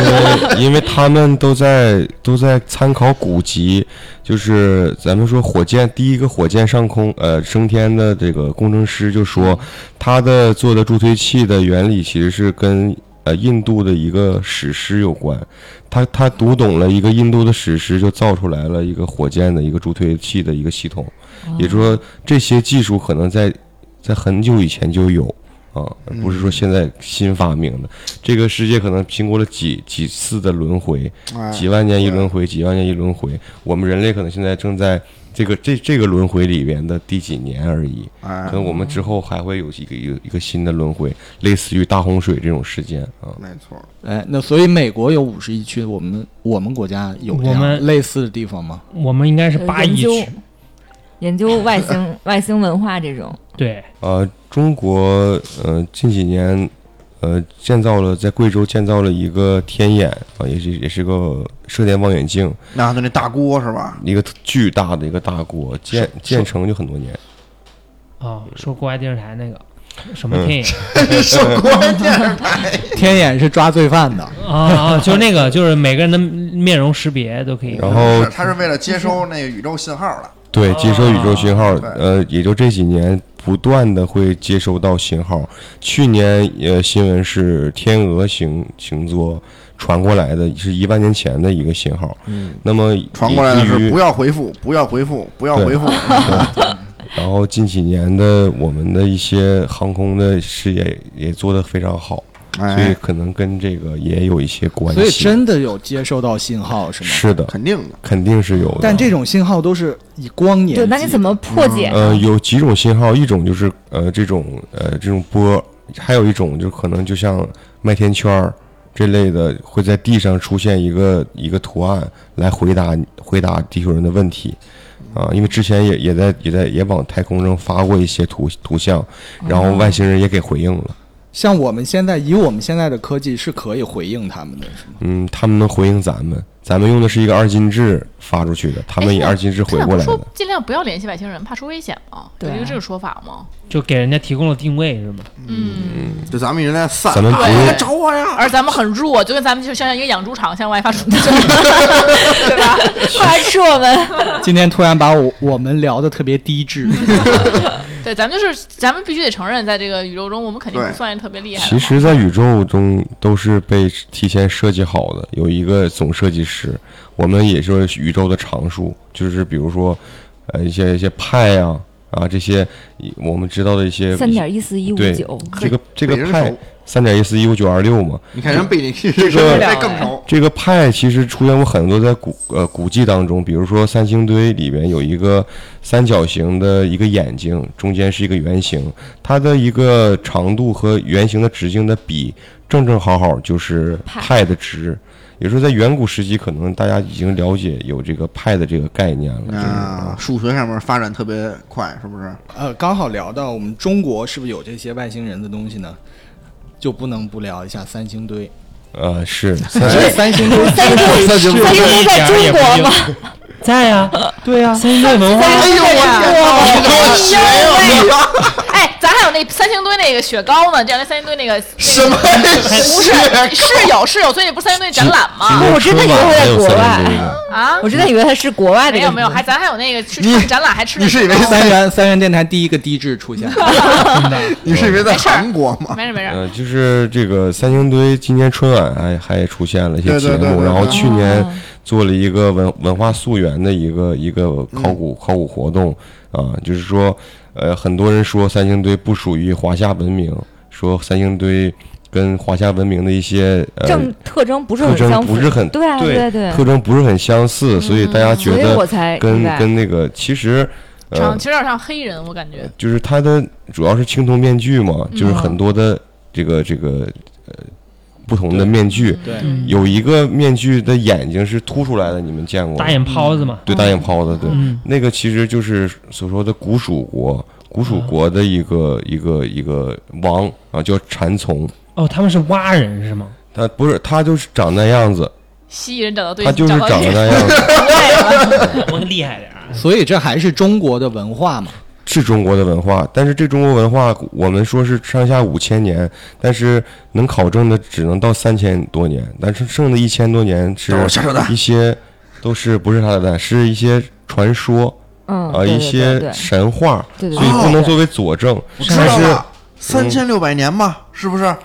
S6: 为因为他们都在都在参考古籍，就是咱们说火箭第一个火箭上空呃升天的这个工程师就说，他的做的助推器的原理其实是跟呃印度的一个史诗有关，他他读懂了一个印度的史诗，就造出来了一个火箭的一个助推器的一个系统，也就是说这些技术可能在在很久以前就有。啊，而不是说现在新发明的，这个世界可能经过了几几次的轮回，
S3: 哎
S6: 几万年一轮回，几万年一轮回。我们人类可能现在正在这个这这个轮回里边的第几年而已，
S3: 哎
S6: 可能我们之后还会有一个有一个新的轮回，类似于大洪水这种事件啊。
S3: 没错儿，
S7: 哎，那所以美国有五十亿区，我们我们国家有这
S4: 我
S7: 样
S4: 们
S7: 类似的地 方吗？
S4: 我们应该是八亿
S5: 研究
S4: 区，
S5: 研究 外星外星文化这种，
S4: 对，
S6: 呃，中国呃近几年呃建造了在贵州建造了一个天眼啊，也是也是个射电望远镜，
S3: 那就那大锅是吧？
S6: 一个巨大的一个大锅，建建成就很多年。
S4: 啊，说国外电视台那个什么天 眼
S3: 手锅电视台，
S7: 天眼是抓罪犯 的，
S4: 啊啊，就是那个，就是每个人的面容识别都可以。
S6: 然后
S3: 他是为了接收那个宇宙信号了。
S6: 对，接收宇宙信号，
S3: 啊对
S6: 呃，也就这几年不断的会接收到信号。去年呃，新闻是天鹅行行座传过来的，是一万年前的一个信号。嗯，那么
S3: 传过来的
S6: 以至
S3: 是
S6: 于
S3: 不要回复，不要回复，不要回复。
S6: 然后近几年的我们的一些航空的事业也做得非常好，所以
S3: 哎，
S6: 可能跟这个也有一些关系。
S7: 所以真的有接收到信号是吗？
S6: 是的，
S3: 肯定的。
S6: 肯定是有的。
S7: 但这种信号都是以光年
S5: 对，
S7: 计，
S5: 那你怎么破解呢？
S2: 啊
S6: 呃，有几种信号，一种就是呃这种呃这种波，还有一种就是可能就像麦田圈儿这类的，会在地上出现一个一个图案来回答回答地球人的问题。啊，因为之前也也在也在也往太空中发过一些图图像，然后外星人也给回应了。
S7: 像我们现在以我们现在的科技是可以回应他们的，是吗？
S6: 嗯，他们能回应咱们，咱们用的是一个二进制发出去的，他们以
S2: 哎
S6: 二进制回
S2: 他
S6: 过
S2: 不
S6: 来
S2: 是
S6: 的
S2: 说。尽量不要联系外星人，怕出危险吗？
S5: 对啊
S2: 有一个这个说法吗？
S4: 就给人家提供了定位是吗？
S2: 嗯，
S3: 就咱们一直在散，
S6: 咱们
S3: 啊
S6: 不
S3: 你
S6: 用
S3: 来找我呀！
S2: 而咱们很弱，就跟咱们就像一个养猪场向外发 出，对吧？
S5: 快吃我们！
S7: 今天突然把我我们聊的特别低 智，
S2: 对，咱们就是咱们必须得承认，在这个宇宙中，我们肯定不
S3: 对
S2: 算是特别厉害的
S6: 其
S2: 嘛。
S6: 实，在宇宙中都是被提前设计好的，有一个总设计师。我们也说宇宙的常数，就是比如说，呃，一些一些派啊啊这些，我们知道的一些
S5: 三点一四一五
S6: 对
S5: 九，
S6: 这个这个
S3: 北京
S6: 派
S3: 熟
S6: 三点一四一五九二六嘛，
S3: 你看人背景，这个这更熟。
S6: 这个派其实出现过很多在古呃古迹当中，比如说三星堆里边有一个三角形的一个眼睛，中间是一个圆形，它的一个长度和圆形的直径的比正正好好就是
S5: 派
S6: 派的值。也就是说，在远古时期，可能大家已经了解有这个派的这个概念了。就是
S3: 啊，数学上面发展特别快，是不是？
S7: 呃，刚好聊到我们中国是不是有这些外星人的东西呢？就不能不聊一下三星堆。
S6: 呃，是
S7: 三星堆，
S5: 三星堆，三星堆在中国吗？
S4: 在 呀，对
S2: 啊
S4: 呀，三星堆文化
S5: 哎呦我
S3: 你跟我学呀！
S2: 哎，咱还有那三星堆那个雪糕呢，这两天三星堆那个
S3: 什么
S2: 不是是有是有，最近不是三星堆展览
S6: 今
S2: 吗？
S6: 天
S5: 哦我真的
S6: 春
S5: 以为
S6: 晚
S5: 在
S6: 还有
S5: 国
S6: 三
S5: 外
S6: 星堆呢
S2: 啊，
S5: 我真的以为它是国外的
S2: 没
S5: 一
S2: 有
S5: 个，
S2: 没有，还咱还有那个去
S3: 你
S2: 看展览还吃那
S3: 你是以为
S2: 雪糕
S7: 三元三元电台第一个低智出现了。
S3: 你是以为在韩国吗？
S2: 没事没事，
S6: 呃，就是这个三星堆，今年春晚还还出现了一些
S3: 对
S6: 节
S3: 对对
S6: 目，
S3: 对
S6: 然后
S3: 对
S6: 去年
S5: 哦
S6: 做了一个文文化溯源的一个一个考
S3: 嗯
S6: 古、考古活动啊、就是说，呃，很多人说三星堆不属于华夏文明，说三星堆跟华夏文明的一些呃
S5: 正特征不是
S6: 特
S5: 很相
S6: 征
S5: 符，
S6: 不是很
S5: 对啊对对，
S6: 特征不是很相似，所以大家觉
S5: 嗯所以我
S6: 得
S5: 才
S6: 跟
S5: 意外
S6: 跟那个其实。呃
S2: 长，其实有点像黑人，我感觉
S6: 就是它的主要是青铜面具嘛，
S5: 嗯
S6: 就是很多的这个这个呃不同的面
S5: 嗯
S6: 具，
S7: 对，
S4: 嗯
S6: 有一个面具的眼睛是凸出来的，你们见过吗？
S4: 大眼泡子嘛，
S6: 对大眼泡子，对，
S4: 嗯
S6: 那个其实就是所说的古蜀国，古蜀国的一个、
S4: 嗯
S6: 一个一个王啊，叫禅从。
S4: 哦，他们是蛙人是吗？
S6: 他不是，他就是长那样子，
S2: 蜥蜴人找到对，
S6: 他就是
S2: 找到
S6: 长得那样子。
S4: 我厉害点儿，啊
S7: 所以这还是中国的文化嘛。
S6: 是中国的文化，但是这中国文化我们说是上下五千年，但是能考证的只能到三千多年，但是剩的一千多年是
S3: 都是下手的
S6: 一些都是不是他的蛋，是一些传说
S5: 嗯，
S6: 啊、
S5: 对
S6: 一
S5: 对对对
S6: 些神话，
S5: 对对
S6: 所以
S5: 对
S6: 不能
S5: 对
S6: 作为佐证。
S3: 我知道
S6: 但是嗯
S3: 了，三千六百年嘛，是不是？
S6: 啊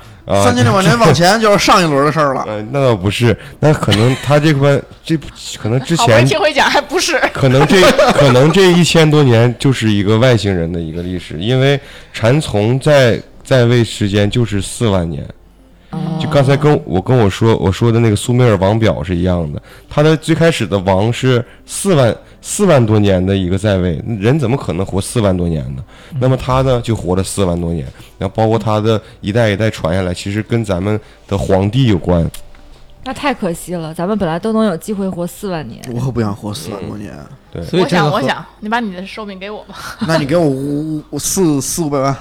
S3: 三千六百年往前就是上一轮的事儿了。
S6: 呃，那倒不是，那可能他这块这可能之
S2: 好不容
S6: 前
S2: 易听回讲，还不是
S6: 可能这可能这一千多年就是一个外星人的一个历史，因为蚕丛在在位时间就是四万年。
S5: 嗯
S6: 就刚才跟我跟我说我说的那个苏美尔王表是一样的，他的最开始的王是四万四万多年的一个在位，人怎么可能活四万多年呢？那么他呢就活了四万多年，然后包括他的一代一代传下来，其实跟咱们的皇帝有关。
S5: 那太可惜了，咱们本来都能有机会活四万年。
S3: 我可不想活四万多年，
S7: 所以
S2: 我
S7: 这个
S2: 想，我
S7: 和
S2: 想，你把你的寿命给我吧，
S3: 那你给我五五四四五百万，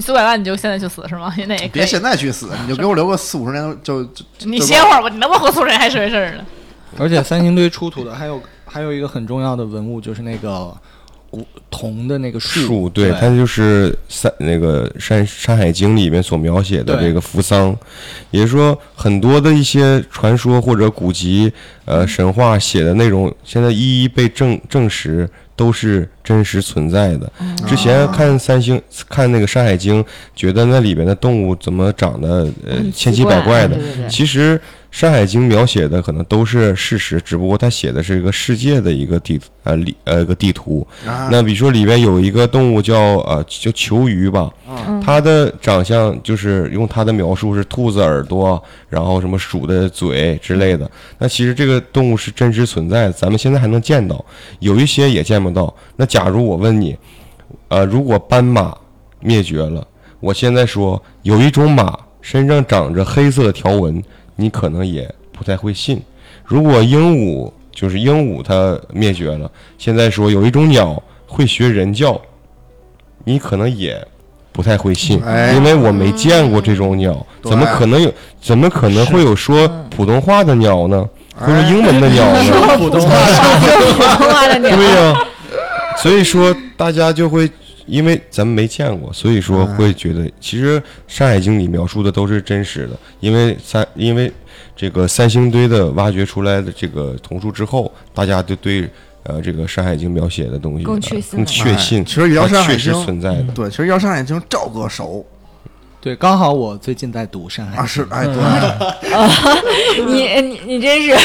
S2: 四百万你就现在就死是吗？那也可
S3: 别
S2: 以。
S3: 现在去死，你就给我留个四五十年就就啊
S2: 你歇会儿吧，你能不能和苏人还是回事儿呢？
S7: 而且三星堆出土的还有还有一个很重要的文物，就是那个古铜的那个
S6: 树
S7: 对，
S6: 对，它就是三那个山《山海经》里面所描写的
S7: 对
S6: 这个扶桑，也就是说很多的一些传说或者古籍、呃神话写的内容，现在一一被证证实都是真实存在的。
S5: 嗯
S6: 之前看三星看那个《山海经》，觉得那里边的动物怎么长得呃
S5: 很
S6: 千
S5: 奇
S6: 奇百怪的
S5: 对，对对，
S6: 其实《山海经》描写的可能都是事实，只不过它写的是一个世界的一个地呃里呃一个地图。
S3: 啊
S6: 那比如说里边有一个动物叫呃叫球鱼吧，它的长相就是用它的描述是兔子耳朵，然后什么鼠的嘴之类的。那其实这个动物是真实存在的，咱们现在还能见到，有一些也见不到。那假如我问你，呃，如果斑马灭绝了，我现在说有一种马身上长着黑色的条纹，你可能也不太会信。如果鹦鹉就是鹦鹉它灭绝了，现在说有一种鸟会学人叫，你可能也不太会信，
S3: 哎
S6: 因为我没见过这种鸟，
S3: 对
S6: 怎么可能有？怎么可能会有说普通话的鸟呢？
S3: 哎
S6: 或者英文的鸟呢？
S7: 普通话
S5: 说话的
S6: 对
S5: 鸟，
S6: 呀、 所以说大家就会因为咱们没见过，所以说会觉得其实《山海经》里描述的都是真实的，因为三因为这个三星堆的挖掘出来的这个铜树之后，大家就对呃这个《山海经》描写的东西
S5: 更
S6: 呃
S5: 确信
S6: 更
S5: 了
S6: 确信，
S3: 哎其实也要
S6: 它
S3: 山海
S6: 确实
S3: 经嗯
S6: 存在的。
S3: 对，其实要上海经赵哥熟
S7: 对，刚好我最近在读《山海
S3: 啊，
S7: 经
S3: 是哎
S5: 嗯
S3: 对，
S5: 你你你真是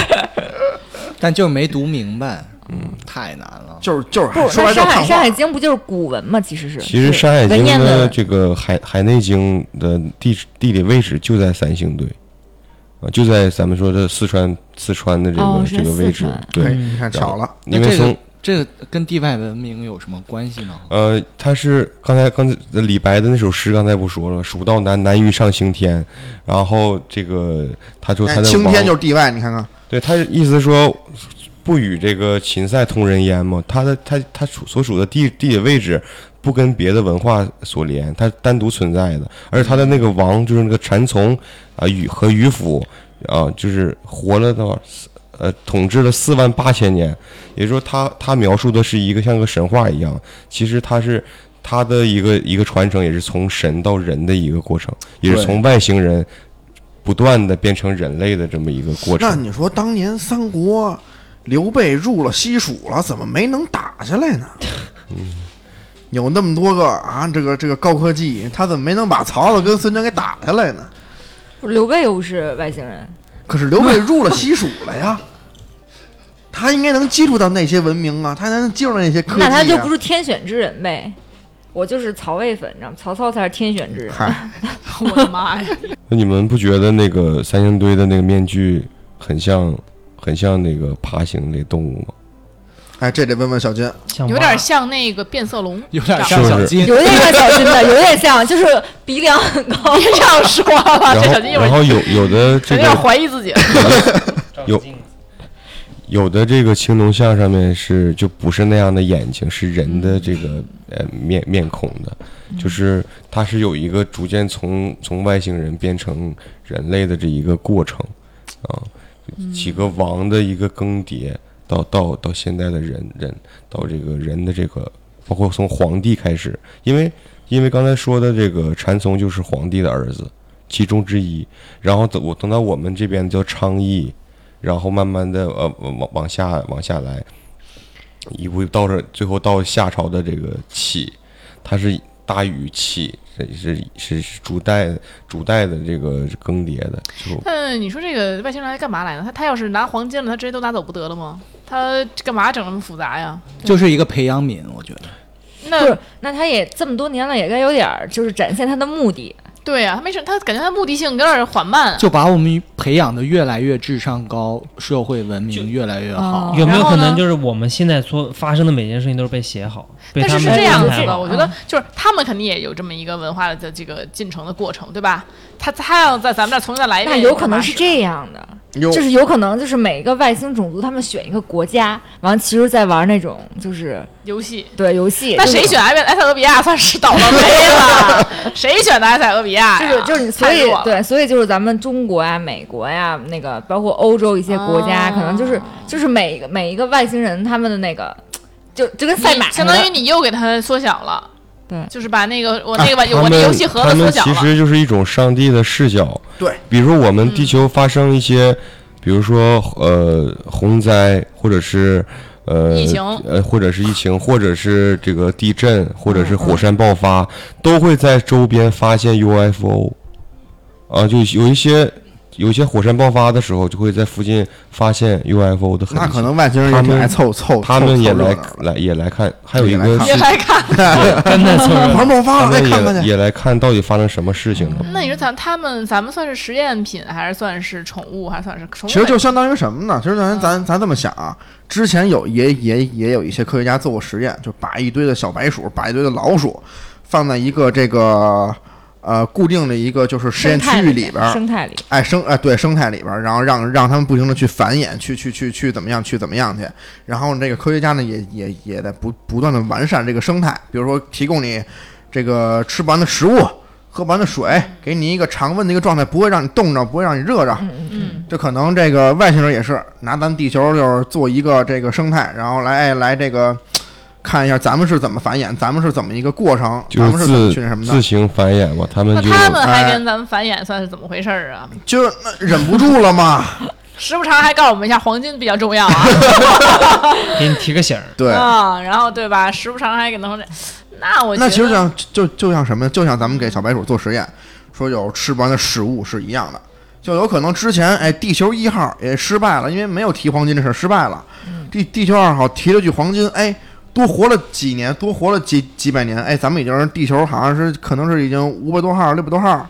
S7: 但就没读明白，嗯，太难了。
S3: 就是就是
S5: 不？
S3: 说白就
S5: 那《山
S3: 是
S5: 海
S3: 看
S5: 山
S3: 画
S5: 海。经》不哎就是古文吗？其实是，
S6: 其实《
S5: 是
S6: 山海
S5: 文
S6: 经
S5: 言》
S6: 的
S5: 文
S6: 这个海《海内经》的地址地理位置就在三星堆，啊，就在咱们说的四川四川的这个、
S5: 哦是
S6: 这个
S5: 四
S6: 位置
S5: 川。
S6: 对
S3: 哎，，你看巧了，
S7: 那
S6: 因为
S7: 这
S6: 从、
S7: 个这个跟地外文明有什么关系呢？
S6: 呃，他是刚才刚才李白的那首诗，刚才不说了，“蜀道难，难于上青天”。然后这个他说他
S3: 哎，
S6: 的
S3: 青
S6: 王
S3: 天就是地外，你看看，
S6: 对他意思是说不与这个秦塞同人烟嘛，他的他他属所属的地地理位置不跟别的文化所连，它单独存在的，而且他的那个王就是那个禅从啊与和于府啊，就是活了多少四呃统治了四万八千年，也就是说他他描述的是一个像个神话一样，其实他是。他的一个一个传承也是从神到人的一个过程，也是
S7: 对
S6: 从外星人不断的变成人类的这么一个过程。
S3: 那你说当年三国刘备入了西蜀了，怎么没能打下来呢？
S6: 嗯
S3: 有那么多个啊，这个这个高科技，他怎么没能把曹操跟孙权给打下来呢？
S5: 刘备又不是外星人，
S3: 可是刘备入了西蜀了呀，他应该能接触到那些文明啊，他才能接触到那些科技、啊。
S5: 那他就不是天选之人呗。我就是曹魏粉，你知道吗？曹操才是天选之人。
S3: 嗨，
S2: 我的妈呀！
S6: 那你们不觉得那个三星堆的那个面具很像，很像那个爬行类动物吗？
S3: 哎，这得问问小金，
S4: 像
S2: 有
S4: 蛙
S2: 点像那个变色龙，
S7: 有点
S2: 长
S7: 像
S6: 是不
S7: 小
S6: 是
S7: 金，
S5: 有点像小金的，有点像，就是鼻梁很 高。
S2: 别这样说了，
S6: 然
S2: 啊这
S6: 后
S2: 小金一，会
S6: 然后
S2: 儿
S6: 有有的
S2: 小金
S6: 这
S2: 有点
S6: 个
S2: 怀疑自己。
S4: 照
S6: 有
S4: 镜子
S6: 有的这个青铜像上面是就不是那样的眼睛，是人的
S2: 嗯
S6: 这个呃面面孔的，就是它是有一个逐渐从从外星人变成人类的这一个过程啊，几个王的一个更迭。到到到现在的人人到这个人的这个包括从皇帝开始，因为因为刚才说的这个禅宗就是皇帝的儿子其中之一，然后等我等到我们这边叫昌邑，然后慢慢的呃往往下往下来，一步到这最后到夏朝的这个启，它是大禹启，是是是主代主代的这个更迭的，就
S2: 但嗯你说这个外星人来干嘛来呢？他他要是拿黄金了，他直接都拿走不得了吗？他干嘛整那么复杂呀？
S7: 就是一个培养皿，我觉得。
S5: 不
S2: 那
S5: 是， 那他也这么多年了，也该有点儿就是展现他的目的。
S2: 对呀、他没事，他感觉他目的性有点缓慢啊。
S7: 就把我们培养的越来越智商高，社会文明越来越好。
S5: 哦
S4: 有没有可
S2: 然后
S4: 能
S2: 呢
S4: 就是我们现在所发生的每件事情都是被写好，被
S2: 但
S4: 他
S2: 是
S4: 们嗯
S2: 是这样
S4: 安
S2: 子
S4: 排
S2: 的，
S4: 好
S2: 我觉得就是他们肯定也有这么一个文化的这个进程的过程，对吧？他他要在咱们这儿重新再来一
S5: 那
S2: 遍，
S5: 有可能是这样的，
S3: 有
S5: 就是有可能就是每个外星种族他们选一个国家，完了其实在玩那种就是
S2: 游戏。
S5: 对游戏。
S2: 那
S5: 就是
S2: 谁？选埃塞埃塞俄比亚算是倒了霉 了？谁选的埃塞俄比亚
S5: 就
S2: 呀？
S5: 是就是你，所
S2: 太
S5: 以
S2: 弱了
S5: 对，所以就是咱们中国呀、美国呀，那个包括欧洲一些国家，
S2: 哦
S5: 可能就是就是每个每一个外星人他们的那个，就就跟赛马
S2: 你相当于
S5: 似的
S2: 你又给它缩小了，
S5: 对
S2: 就是把那个我那个把、
S6: 啊他
S2: 我那
S6: 们
S2: 游戏盒子
S6: 他
S2: 缩
S6: 们
S2: 小
S6: 其
S2: 了。
S6: 实就是一种上帝的视角。
S3: 对，
S6: 比如我们
S2: 嗯
S6: 地球发生一些，比如说呃洪灾，或者是呃
S2: 疫情
S6: 呃或者是疫情，或者是这个地震，或
S2: 嗯
S6: 者是火山爆发，都会在周边发现 UFO。啊，就有一些有一些火山爆发的时候，就会在附近发现 UFO 的痕迹。
S3: 那可能外星人也挺爱凑凑，
S6: 他们
S3: 凑
S6: 也
S3: 凑热
S6: 来
S3: 闹的
S6: 来也来看，还有
S3: 也
S6: 一
S3: 来
S6: 个
S3: 看
S6: 是
S2: 别来看，
S4: 跟在所有人
S3: 玩爆发
S6: 他
S3: 了，再
S6: 们
S3: 看看
S6: 也
S3: 去。
S6: 也来看到底发生什么事情了。
S2: 那你说咱他们咱们算是实验品，还是算是宠物，还是算是宠物？
S3: 其实就相当于什么呢？其实咱咱咱这么想啊，之前有也也也有一些科学家做过实验，就把一堆的小白鼠，把一堆的老鼠放在一个这个呃固定的一个就是实验
S5: 生
S3: 区
S5: 态
S3: 域里边儿，
S5: 生态里。
S3: 哎生哎对生态里边儿，然后让让他们不停的去繁衍，去去去去怎么样，去怎么样去。然后这个科学家呢也也也在不不断的完善这个生态，比如说提供你这个吃不完的食物。喝不完的水，给你一个常温的一个状态，不会让你冻着，不会让你热着。
S2: 嗯，
S3: 就可能这个外星人也是拿咱地球就是做一个这个生态，然后来哎来这个看一下咱们是怎么繁衍，咱们是怎么一个过程，
S6: 就
S3: 咱们
S6: 是
S3: 是怎么
S6: 自
S3: 去那什么
S6: 自
S3: 的，
S6: 行繁衍嘛，他们
S2: 那
S6: 就
S2: 他们还跟咱们繁衍，算是怎么回事儿啊？
S3: 就那忍不住了嘛。
S2: 时不常还告诉我们一下，黄金比较重要啊。
S4: 给你提个醒儿。
S3: 对，
S2: 啊，然后对吧？时不常还给弄成这，那我觉
S3: 那
S2: 得
S3: 其实就像就就像什么，就像咱们给小白鼠做实验，说有吃不完的食物是一样的。就有可能之前，哎，地球一号也失败了，因为没有提黄金这事儿失败了。
S5: 嗯
S3: 地地球二号提了句黄金，哎，多活了几年，多活了几几百年，哎，咱们已经是地球好像是可能是已经五百多号、六百多号，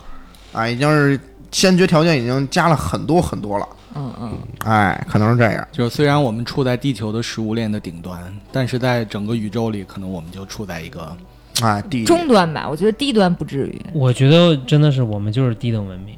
S3: 啊，已经是先决条件已经加了很多很多了。
S5: 嗯嗯，
S3: 哎，可能是这样。
S7: 就是虽然我们处在地球的食物链的顶端，但是在整个宇宙里，可能我们就处在一个
S3: 哎，地
S5: 中端吧，我觉得低端不至于。
S4: 我觉得真的是我们就是低等文明，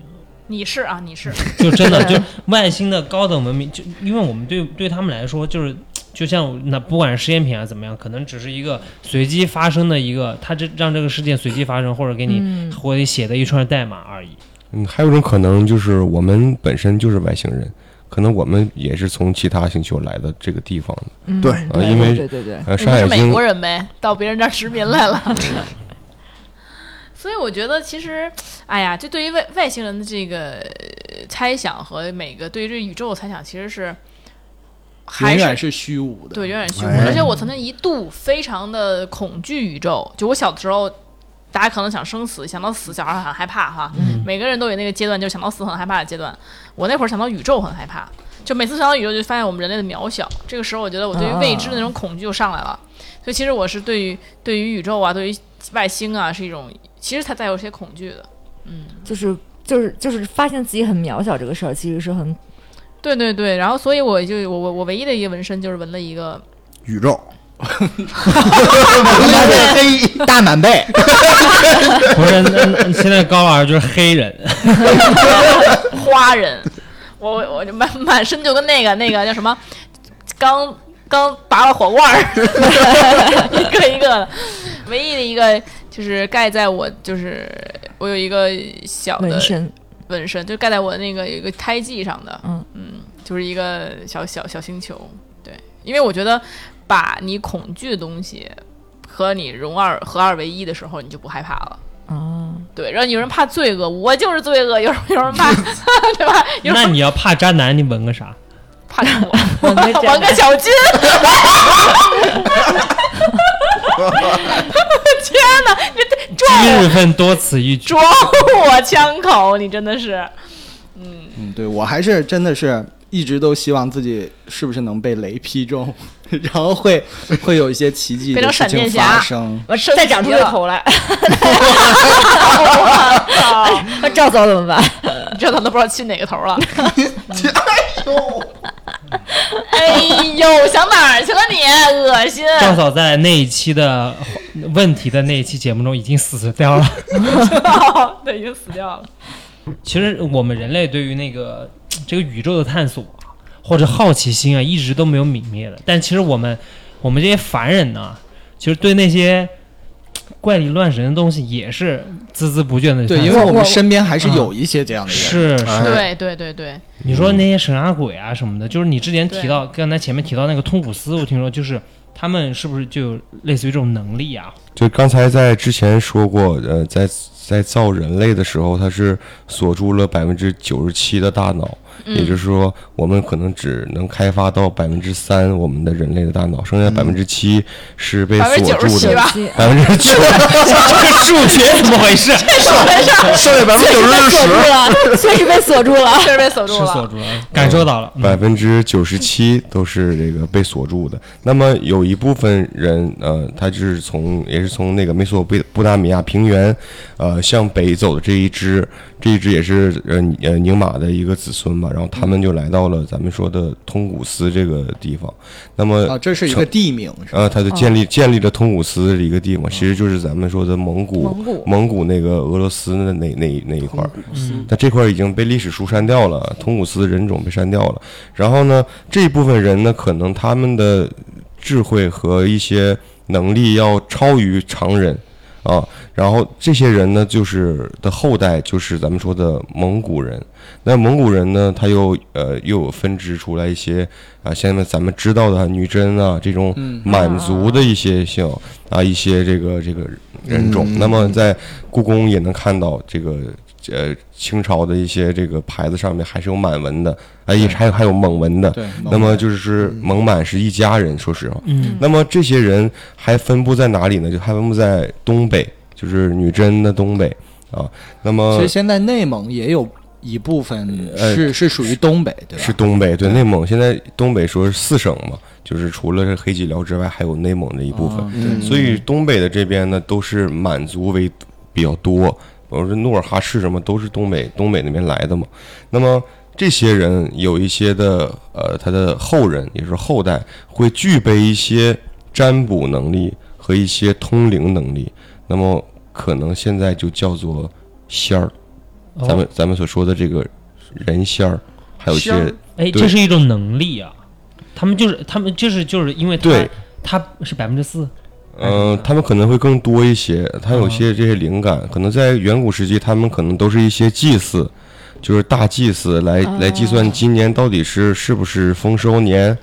S2: 你是啊，你是
S4: 就真 的就外星的高等文明，就因为我们对对他们来说就是。就像那不管是实验品啊怎么样，可能只是一个随机发生的一个，它这让这个事件随机发生，或者给你
S5: 嗯
S4: 或者写的一串代码而已。
S6: 嗯，还有一种可能就是我们本身就是外星人，可能我们也是从其他星球来的这个地方的。
S5: 嗯
S3: 对
S6: 呃因为
S5: 对对对，
S6: 呃，
S2: 你
S6: 山
S2: 们是
S6: 海
S2: 美
S6: 经
S2: 国人呗，到别人这儿殖民来了。 所以我觉得，其实，哎呀，这对于外外星人的这个呃猜想和每个对于这宇宙的猜想，其实是还
S7: 永
S2: 是
S7: 远是虚无的。
S2: 对，有点虚无。
S3: 哎
S2: 而且我曾经一度非常的恐惧宇宙，就我小的时候，大家可能想生死，想到死，小孩很害怕哈。每个人都有那个阶段，就是想到死很害怕的阶段。我那会儿想到宇宙很害怕，就每次想到宇宙，就发现我们人类的渺小。这个时候，我觉得我对于未知的那种恐惧就上来了。所以其实我是对于对于宇宙啊，对于外星啊，是一种其实它带有些恐惧的。
S5: 就是就是就是发现自己很渺小这个事儿，其实是很
S2: 对对对，然后所以我就我我我唯一的一个纹身就是纹了一个
S3: 宇宙，
S7: 黑 大满背，
S4: 不是，那那现在高老师就是黑人，
S2: 花人，我我我就满满身就跟那个那个叫什么，刚刚拔了火罐儿， 一个一个的，唯一的一个就是盖在我就是我有一个小的
S5: 纹身。
S2: 纹身，就盖在我那个有一个胎记上的，
S5: 嗯
S2: 就是一个小小小星球，对，因为我觉得把你恐惧的东西。和你融二合二为一的时候，你就不害怕了。
S5: 啊，
S2: 对，然后有人怕罪恶，我就是罪恶；有人有人怕，对吧？有
S4: 那
S2: 人
S4: 你要怕渣男，你纹个 啥？
S2: 怕什么？
S5: 王哥
S2: 王哥小金，天哪，你这
S4: 今
S2: 撞
S4: 日份多此一举。
S2: 撞我枪口，你真的是
S7: 嗯，对我还是真的是一直都希望自己是不是能被雷劈中， 然后会会有一些奇 迹
S2: 变
S7: 的
S2: 成
S7: 事
S2: 闪
S7: 情
S2: 电
S7: 发
S2: 侠
S7: 生。
S2: 我生
S5: 再长出
S2: 气
S5: 个
S2: 了，
S5: 头来，
S2: 我操！
S5: 那赵总怎么办？
S3: 啊
S2: 这他都不知道亲哪个头了。
S3: 哎呦，
S2: 哎呦，想哪儿去了你？恶心！
S4: 赵嫂在那一期的呃问题的那一期节目中已经死掉了。
S2: 对，已经死掉了。
S4: 其实我们人类对于那个这个宇宙的探索啊或者好奇心啊，一直都没有泯灭的。但其实我们我们这些凡人呢，其实对那些怪力乱神的东西也是孜孜不倦的。
S7: 对，因嗯为我嗯们身边还是有一些这样的人。
S4: 是
S2: 啊
S4: 是，
S2: 对对对对，
S4: 你说那些神啊鬼啊什么的，就是你之前提到，刚才前面提到那个通古斯，我听说就是他们是不是就有类似于这种能力啊？
S6: 就刚才在之前说过，呃，在在造人类的时候，它是锁住了百分之九十七的大脑，
S2: 嗯
S6: 也就是说，我们可能只能开发到百分之三我们的人类的大脑，剩下百分之七是被
S2: 百分之
S6: 锁
S2: 九十
S6: 住
S2: 七
S6: 的
S2: 吧。，
S6: 百分之九，
S4: 这数学怎么回事？
S3: 剩下百分之九十是屎。
S5: 锁住了，确实被锁住了。
S2: 确实被锁住
S4: 是锁
S2: 了。
S4: 住了，感受到了。嗯
S6: 百分之九十七都是这个被锁住的。那么有一部分人，呃，他就是从也是从那个美索不不达米亚平原，呃，向北走的这一支，这一支也是呃呃宁玛的一个子孙吧。然后他们就来到了咱们说的通古斯这个地方。那么
S7: 啊，这是一个地名，是吧？
S6: 呃，他
S5: 哦
S6: 就建立、建立了通古斯的一个地方，其实就是咱们说的蒙古
S5: 蒙古
S6: 那个俄罗斯的那那那一块儿，但这块儿已经被历史书删掉了，通古斯人种被删掉了。然后呢，这一部分人呢，可能他们的智慧和一些能力要超于常人啊。然后这些人呢，就是的后代就是咱们说的蒙古人。那蒙古人呢，他又呃又有分支出来一些啊，现在咱们知道的女真啊这种满族的一些像啊一些这个这个人种。那么在故宫也能看到这个。呃，清朝的一些这个牌子上面还是有满文的，哎，也是还有还有蒙文的，
S7: 对，
S6: 那么就是蒙满嗯是一家人，说实话。
S4: 嗯，
S6: 那么这些人还分布在哪里呢？就还分布在东北，就是女真的东北啊。那
S7: 其
S6: 么
S7: 实现在内蒙也有一部分
S6: 呃
S7: 是是属于东北，对吧？
S6: 是东北，对内蒙。现在东北说是四省嘛，就是除了这黑吉辽之外，还有内蒙的一部分。
S7: 啊
S3: 嗯
S6: 所以东北的这边呢，都是满族为比较多，我说努尔哈赤什么都是东北东北那边来的嘛。那么这些人有一些的呃，他的后人也就是后代会具备一些占卜能力和一些通灵能力，那么可能现在就叫做仙儿，
S4: 哦
S6: 咱们咱们所说的这个人仙儿，还有一
S3: 仙
S6: 些
S3: 儿
S4: 哎，
S6: 对
S4: 这是一种能力啊。他们就是他们就是就是因为他
S6: 对
S4: 他是百分之四，
S6: 嗯，他们可能会更多一些，他有
S5: 嗯
S6: 些这些灵感，可能在远古时期，他们可能都是一些祭祀，就是大祭祀来
S5: 嗯
S6: 来计算今年到底是是不是丰收年，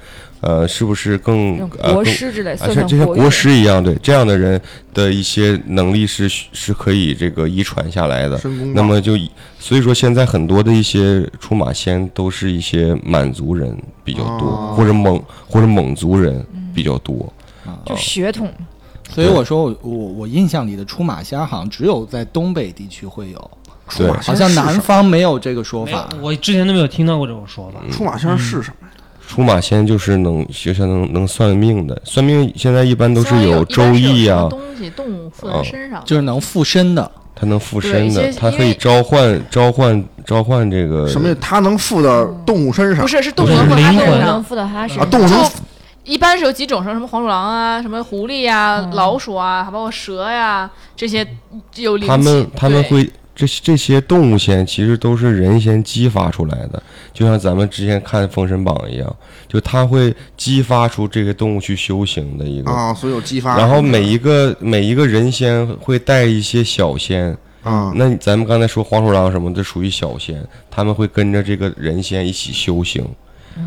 S6: 呃，是不是更
S5: 那种
S6: 呃
S5: 国
S6: 更
S5: 师之类，
S6: 啊，
S5: 算
S6: 像
S5: 算
S6: 就像
S5: 运
S6: 国师一样，对这样的人的一些能力是是可以这个遗传下来的。
S3: 申公
S6: 那
S3: 豹
S6: 么就以所以说，现在很多的一些出马仙都是一些满族人比较多，
S3: 哦
S6: 或者蒙或者蒙族人比较多。
S5: 就血统
S7: 所以我说我我我印象里的出马仙儿好像只有在东北地区会有，
S6: 对
S3: 出马仙
S7: 好
S3: 儿是
S7: 像
S3: 什么
S7: 南方没有这个说
S4: 没有
S7: 法。
S4: 我之前都没有听到过这种说法。
S3: 出马仙儿是
S6: 嗯
S3: 什么？
S6: 出马仙就是能就像能能算命的，算命现在一般都是有周易
S2: 一般是有什么
S6: 啊，
S2: 东西动物附在身上，
S7: 就是能附身的，
S6: 他能附身
S2: 对
S6: 的
S2: 一，些
S6: 他可
S2: 因
S6: 以
S2: 为
S6: 召唤召唤召唤这个
S3: 什么？它能附到动物身上
S2: 不是是动物
S4: 就是
S2: 附在
S4: 灵
S2: 身
S4: 魂
S2: 上
S5: 能。附到他身
S3: 啊？
S5: 上。
S3: 动物能
S2: 就一般是有几种，像什么黄鼠狼啊、什么狐狸呀、老鼠啊，包括蛇呀、这些有灵气。
S6: 他们他们
S2: 对
S6: 会这这些动物仙其实都是人先激发出来的，就像咱们之前看《封神榜》一样，就他会激发出这个动物去修行的一个。
S3: 啊，所以有激发。
S6: 然后每一个每一个人仙会带一些小仙，
S3: 啊，
S6: 那咱们刚才说黄鼠狼什么的属于小仙，他们会跟着这个人仙一起修行，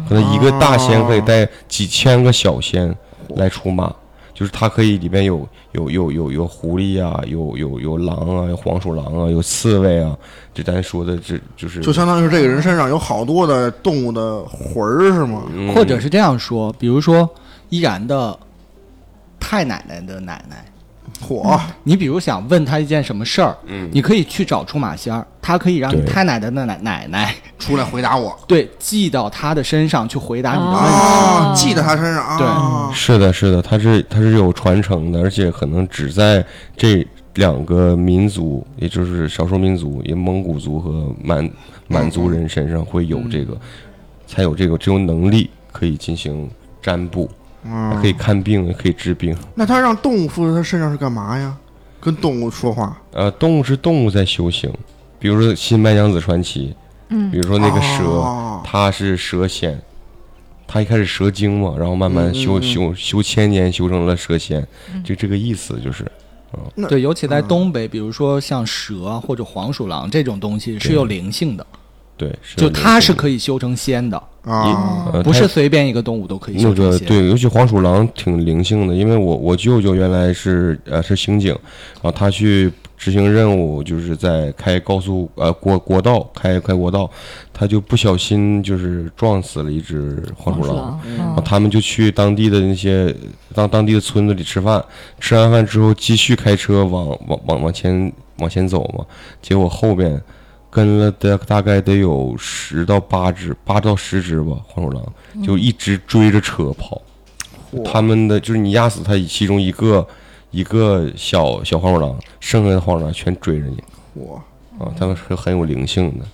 S6: 可能一个大仙可以带几千个小仙来出马。就是它可以里边有有有有有狐狸啊，有有有狼啊，有黄鼠狼啊，有刺猬啊，就咱说的这就是
S3: 就相当于是这个人身上有好多的动物的魂儿，是吗？
S6: 嗯
S7: 或者是这样说，比如说依然的太奶奶的奶奶，
S3: 火，
S7: 你比如想问她一件什么事儿，
S6: 嗯
S7: 你可以去找出马仙儿，他可以让你
S6: 对
S7: 太奶奶的奶奶奶
S3: 出来回答我
S7: 对记到他的身上去回答你的问题。
S3: 啊，记在他身上啊。
S6: 是的，是的，它是它是有传承的，而且可能只在这两个民族，也就是少数民族，也蒙古族和满满族
S3: 嗯
S6: 人身上会有这个，才有这个只有能力可以进行占卜，
S3: 嗯
S6: 还可以看病，也可以治病。
S3: 那他让动物附在他身上是干嘛呀？跟动物说话，
S6: 呃，动物是动物在修行，比如说《新白娘子传奇》，
S5: 嗯
S6: 比如说那个蛇，
S3: 哦
S6: 它是蛇仙，它一开始蛇精嘛，然后慢慢
S3: 嗯
S6: 修、
S3: 嗯嗯
S6: 修修千年，修成了蛇仙，就这个意思就是。
S7: 对，尤其在东北，比如说像蛇啊或者黄鼠狼这种东西是有灵性的，
S6: 对，是
S7: 就
S6: 有
S7: 它
S6: 灵
S7: 是
S6: 性
S7: 可以修成仙的，
S3: 啊，
S6: 的，呃
S7: 不是
S6: 它
S7: 随便一个动物都可以
S6: 那
S7: 修成
S6: 个
S7: 仙。
S6: 对，尤其黄鼠狼挺灵性的，因为我我舅舅原来是呃是刑警，然后他去执行任务，就是在开高速呃国国道开开国道，他就不小心就是撞死了一只黄鼠狼。嗯然后他们就去当地的那些当当地的村子里吃饭，吃完饭之后继续开车往往往往前往前走嘛，结果后边跟了大大概得有十到八只，八到十只吧，黄鼠狼就一直追着车跑。他们的就是你压死它其中一个一个小小黄鼠狼，剩下的黄鼠狼全追着你
S3: 火，
S6: 啊，他们是很有灵性的。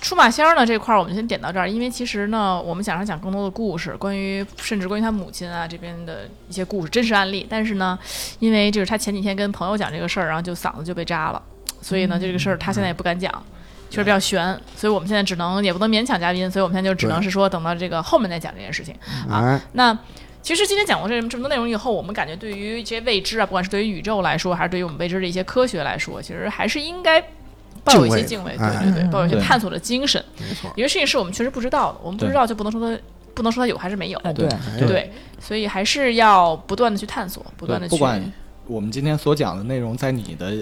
S2: 出马仙儿呢这块儿，我们先点到这儿，因为其实呢，我们想要讲更多的故事，关于甚至关于他母亲啊这边的一些故事、真实案例。但是呢，因为就是他前几天跟朋友讲这个事儿，然后就嗓子就被扎了，所以呢，这个事儿他现在也不敢讲，确实比较悬。所以我们现在只能也不能勉强嘉宾，所以我们现在就只能是说等到这个后面再讲这件事情。
S3: 哎，
S2: 那其实今天讲过这这么多内容以后，我们感觉对于这些未知啊，不管是对于宇宙来说，还是对于我们未知的一些科学来说，其实还是应该抱有一些敬
S3: 敬
S2: 畏，
S3: 畏哎
S2: 对对对，抱有一些
S7: 对
S2: 探索的精神。
S3: 没错，
S2: 有些事情是我们确实不知道的，我们不知道就不能说它不能说它有还是没有，
S5: 哎，对，
S7: 对
S2: 对，所以还是要不断的去探索，不断的
S7: 对
S2: 去
S7: 不管我们今天所讲的内容，在你的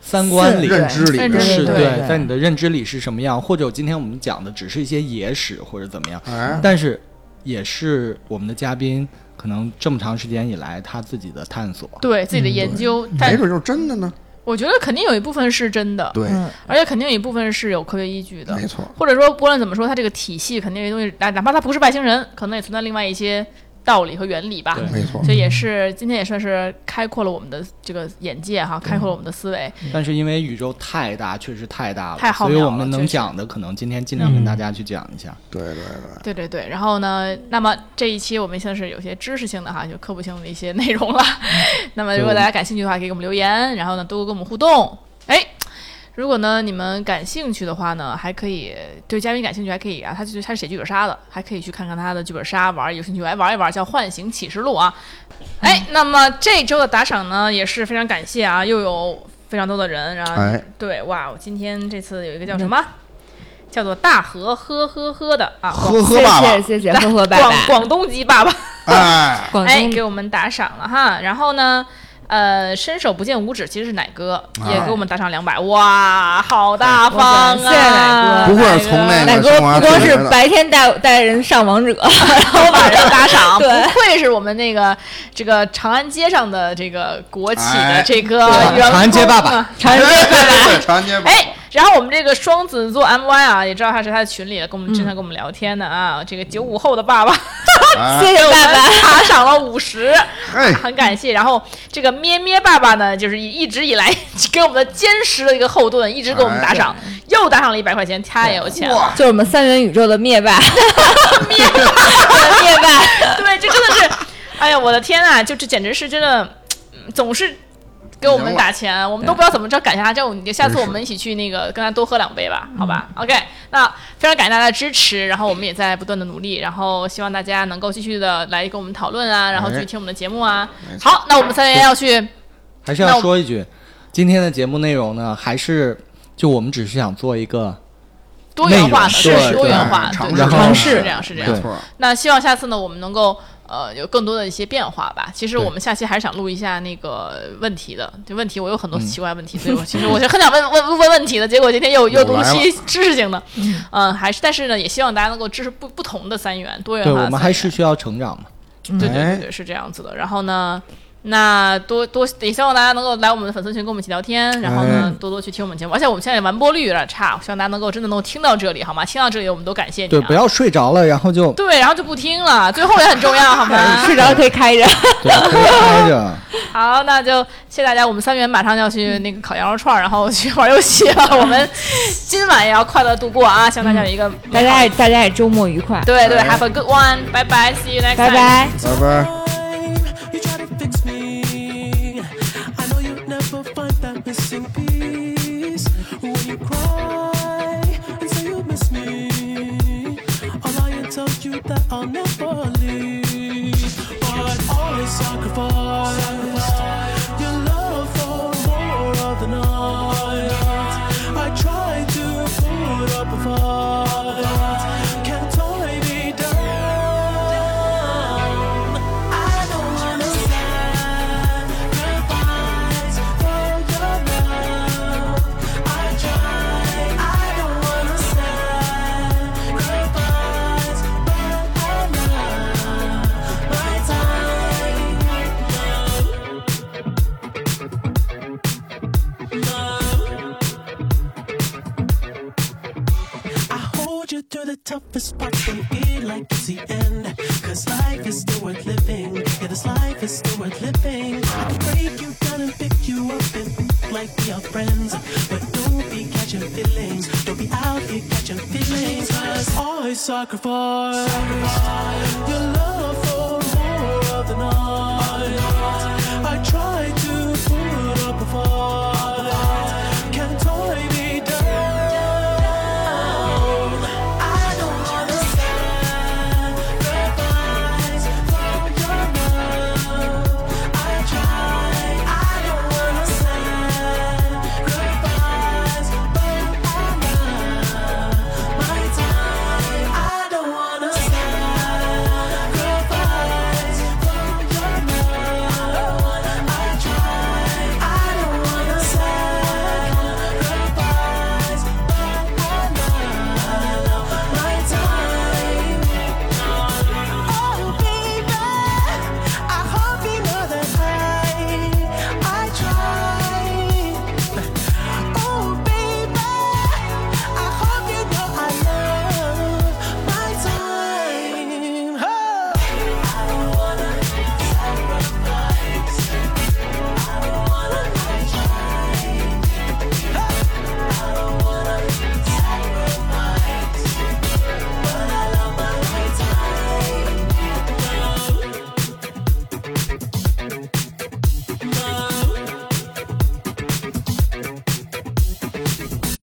S7: 三观里
S5: 对
S3: 认知里
S2: 认
S3: 边
S2: 知里
S7: 是
S2: 对
S5: 对
S7: 在你的认知里是什么样，或者今天我们讲的只是一些野史或者怎么样，
S3: 哎，
S7: 但是也是我们的嘉宾可能这么长时间以来他自己的探索。
S2: 对自己的研究。但
S3: 没准就是真的呢。
S2: 我觉得肯定有一部分是真的，
S3: 对，
S5: 嗯
S2: 而且肯定有一部分是有科学依据的
S3: 没。错，
S2: 或者说，不论怎么说，它这个体系肯定有一些东西，哪哪怕它不是外星人，可能也存在另外一些道理和原理吧。
S7: 对
S3: 没错，
S2: 所以也是今天也算是开阔了我们的这个眼界哈，开阔了我们的思维。
S7: 但是因为宇宙太大，确实太大了，
S2: 太浩渺
S7: 所以我们
S2: 了
S7: 能
S2: 确实
S7: 讲的可能今天尽量跟大家去讲一下。
S3: 对对对，
S2: 对对对，然后呢，那么这一期我们算是有些知识性的哈，就科普性的一些内容了。 那么如果大家感兴趣的话，可以给我们留言，然后呢多跟我们互动。哎，如果呢你们感兴趣的话呢，还可以对嘉宾感兴趣，还可以啊，他就是他是写剧本杀的，还可以去看看他的剧本杀，玩儿有兴趣来玩一玩，叫《幻形启示录》啊。哎，那么这周的打赏呢也是非常感谢啊，又有非常多的人，然后、
S3: 哎
S2: 对哇，我今天这次有一个
S5: 嗯
S2: 叫什么？叫做大河呵呵呵的啊，
S3: 呵呵爸
S5: 谢
S3: 爸，
S5: 谢谢谢，呵呵拜
S2: 广
S5: 拜。
S2: 广东籍爸爸，
S3: 哎，
S5: 广
S2: 哎，
S5: 东
S2: 给我们打赏了哈。然后呢，呃，伸手不见五指其实是奶哥，也给我们打赏两百，哇，好大方啊！
S5: 哇哎
S3: 不愧
S5: 塞谢谢奶哥
S3: 是从那
S5: 奶
S3: 个
S5: 哥
S3: 中华
S5: 哎不
S3: 退
S5: 光是
S3: 回来啊的，
S5: 白天带带人上王者， 然后晚
S2: 晚
S5: 上
S2: 上打赏，不
S5: 对
S2: 愧是我们那个这个长安街上的这个国企的
S3: 哎
S2: 这个员工啊
S7: 长安街爸爸，
S2: 长安街 爸 爸，
S3: 长街，
S2: 哎，然后我们这个双子座 MY 啊，也知道他是他的群里了，跟我
S5: 嗯
S2: 们经常跟我们聊天的啊，这个九五后的爸爸，
S3: 哎，
S5: 谢谢嗯爸爸。
S2: 打赏了五十，
S3: 哎
S2: 很感谢。然后这个咩咩爸爸呢，就是一一直以来 给我们的坚实的一个后盾，一直给我们打赏，又打赏了一百块钱，他也有钱了。
S5: 就是我们三元宇宙的灭霸，
S2: 灭霸，
S5: 灭霸，
S2: 对，这真的是，哎呀，我的天啊，就这简直是真的，嗯总是。给我们打钱，啊我们都不知道怎么着感谢他。这样，你下次我们一起去那个跟他多喝两杯吧，
S7: 嗯
S2: 好吧？OK，那非常感谢大家的支持，然后我们也在不断的努力，然后希望大家能够继续的来跟我们讨论啊，然后
S7: 哎
S2: 继续听我们的节目啊。好，那我们三元要去
S7: 还是
S2: 那
S7: 要
S2: 我
S7: 说一句，今天的节目内容呢，还是就我们只是想做一个
S2: 多元化的，
S7: 内容
S2: 是
S7: 对
S2: 多元化，
S3: 对
S2: 对
S3: 尝
S2: 对
S7: 试
S2: 对
S7: 尝
S2: 是
S3: 试
S2: 这样，是这
S3: 哎没
S2: 样。
S3: 错，
S2: 那希望下次呢，我们能够呃，有更多的一些变化吧。其实我们下期还是想录一下那个问题的，就问题我有很多
S7: 嗯
S2: 奇怪问题，所以我其实我就很想问问问问题的，结果今天又又
S3: 又
S2: 录
S3: 来
S2: 期知识性的，嗯，还是但是呢，也希望大家能够支持不不同的三元多元
S7: 对，
S2: 化的三元。
S7: 我们还是需要成长嘛。
S2: 对对
S3: 哎
S2: 对对，是这样子的。然后呢，那多多也希望大家能够来我们的粉丝群跟我们一起聊天，然后呢
S3: 哎
S2: 多多去听我们节目。而且我们现在完播率有点差，希望大家能够真的能够听到这里，好吗？听到这里我们都感谢你、啊。
S7: 对，不要睡着了，然后就
S2: 对然后就不听了，最后也很重要，好
S3: 啊
S2: 吗？
S5: 睡着了可以开着。
S7: 对可以开着。
S2: 好，那就谢谢大家。我们三元马上要去那个烤羊肉串儿，然后去玩游戏了。我们今晚也要快乐度过啊！希望大家有一个美好
S5: 大家也大家也周末愉快，
S2: 对对，Have a good one，拜拜，See you next time，
S5: 拜拜。
S3: 拜拜。
S1: You try to fix me. I know you never find that missing piece. When you cry and say you miss me, I'll lie and tell you that I'll never leave. But always sacrifice your love for more of the night. I try to put up a fight. Can't tie me down. I don't wanna sacrifice for your love. I try. I don't wanna sacrifice, but I love my time. I hold you through the toughest parts, baby, like it's the end. Cause life is still worth living. Yeah, this life is still worth living. I can break you down and pick you up and like we are friends. But don't be catching feelings. Don't be out here catching feelings. Cause always sacrifice your love for more of the night. I try Oh,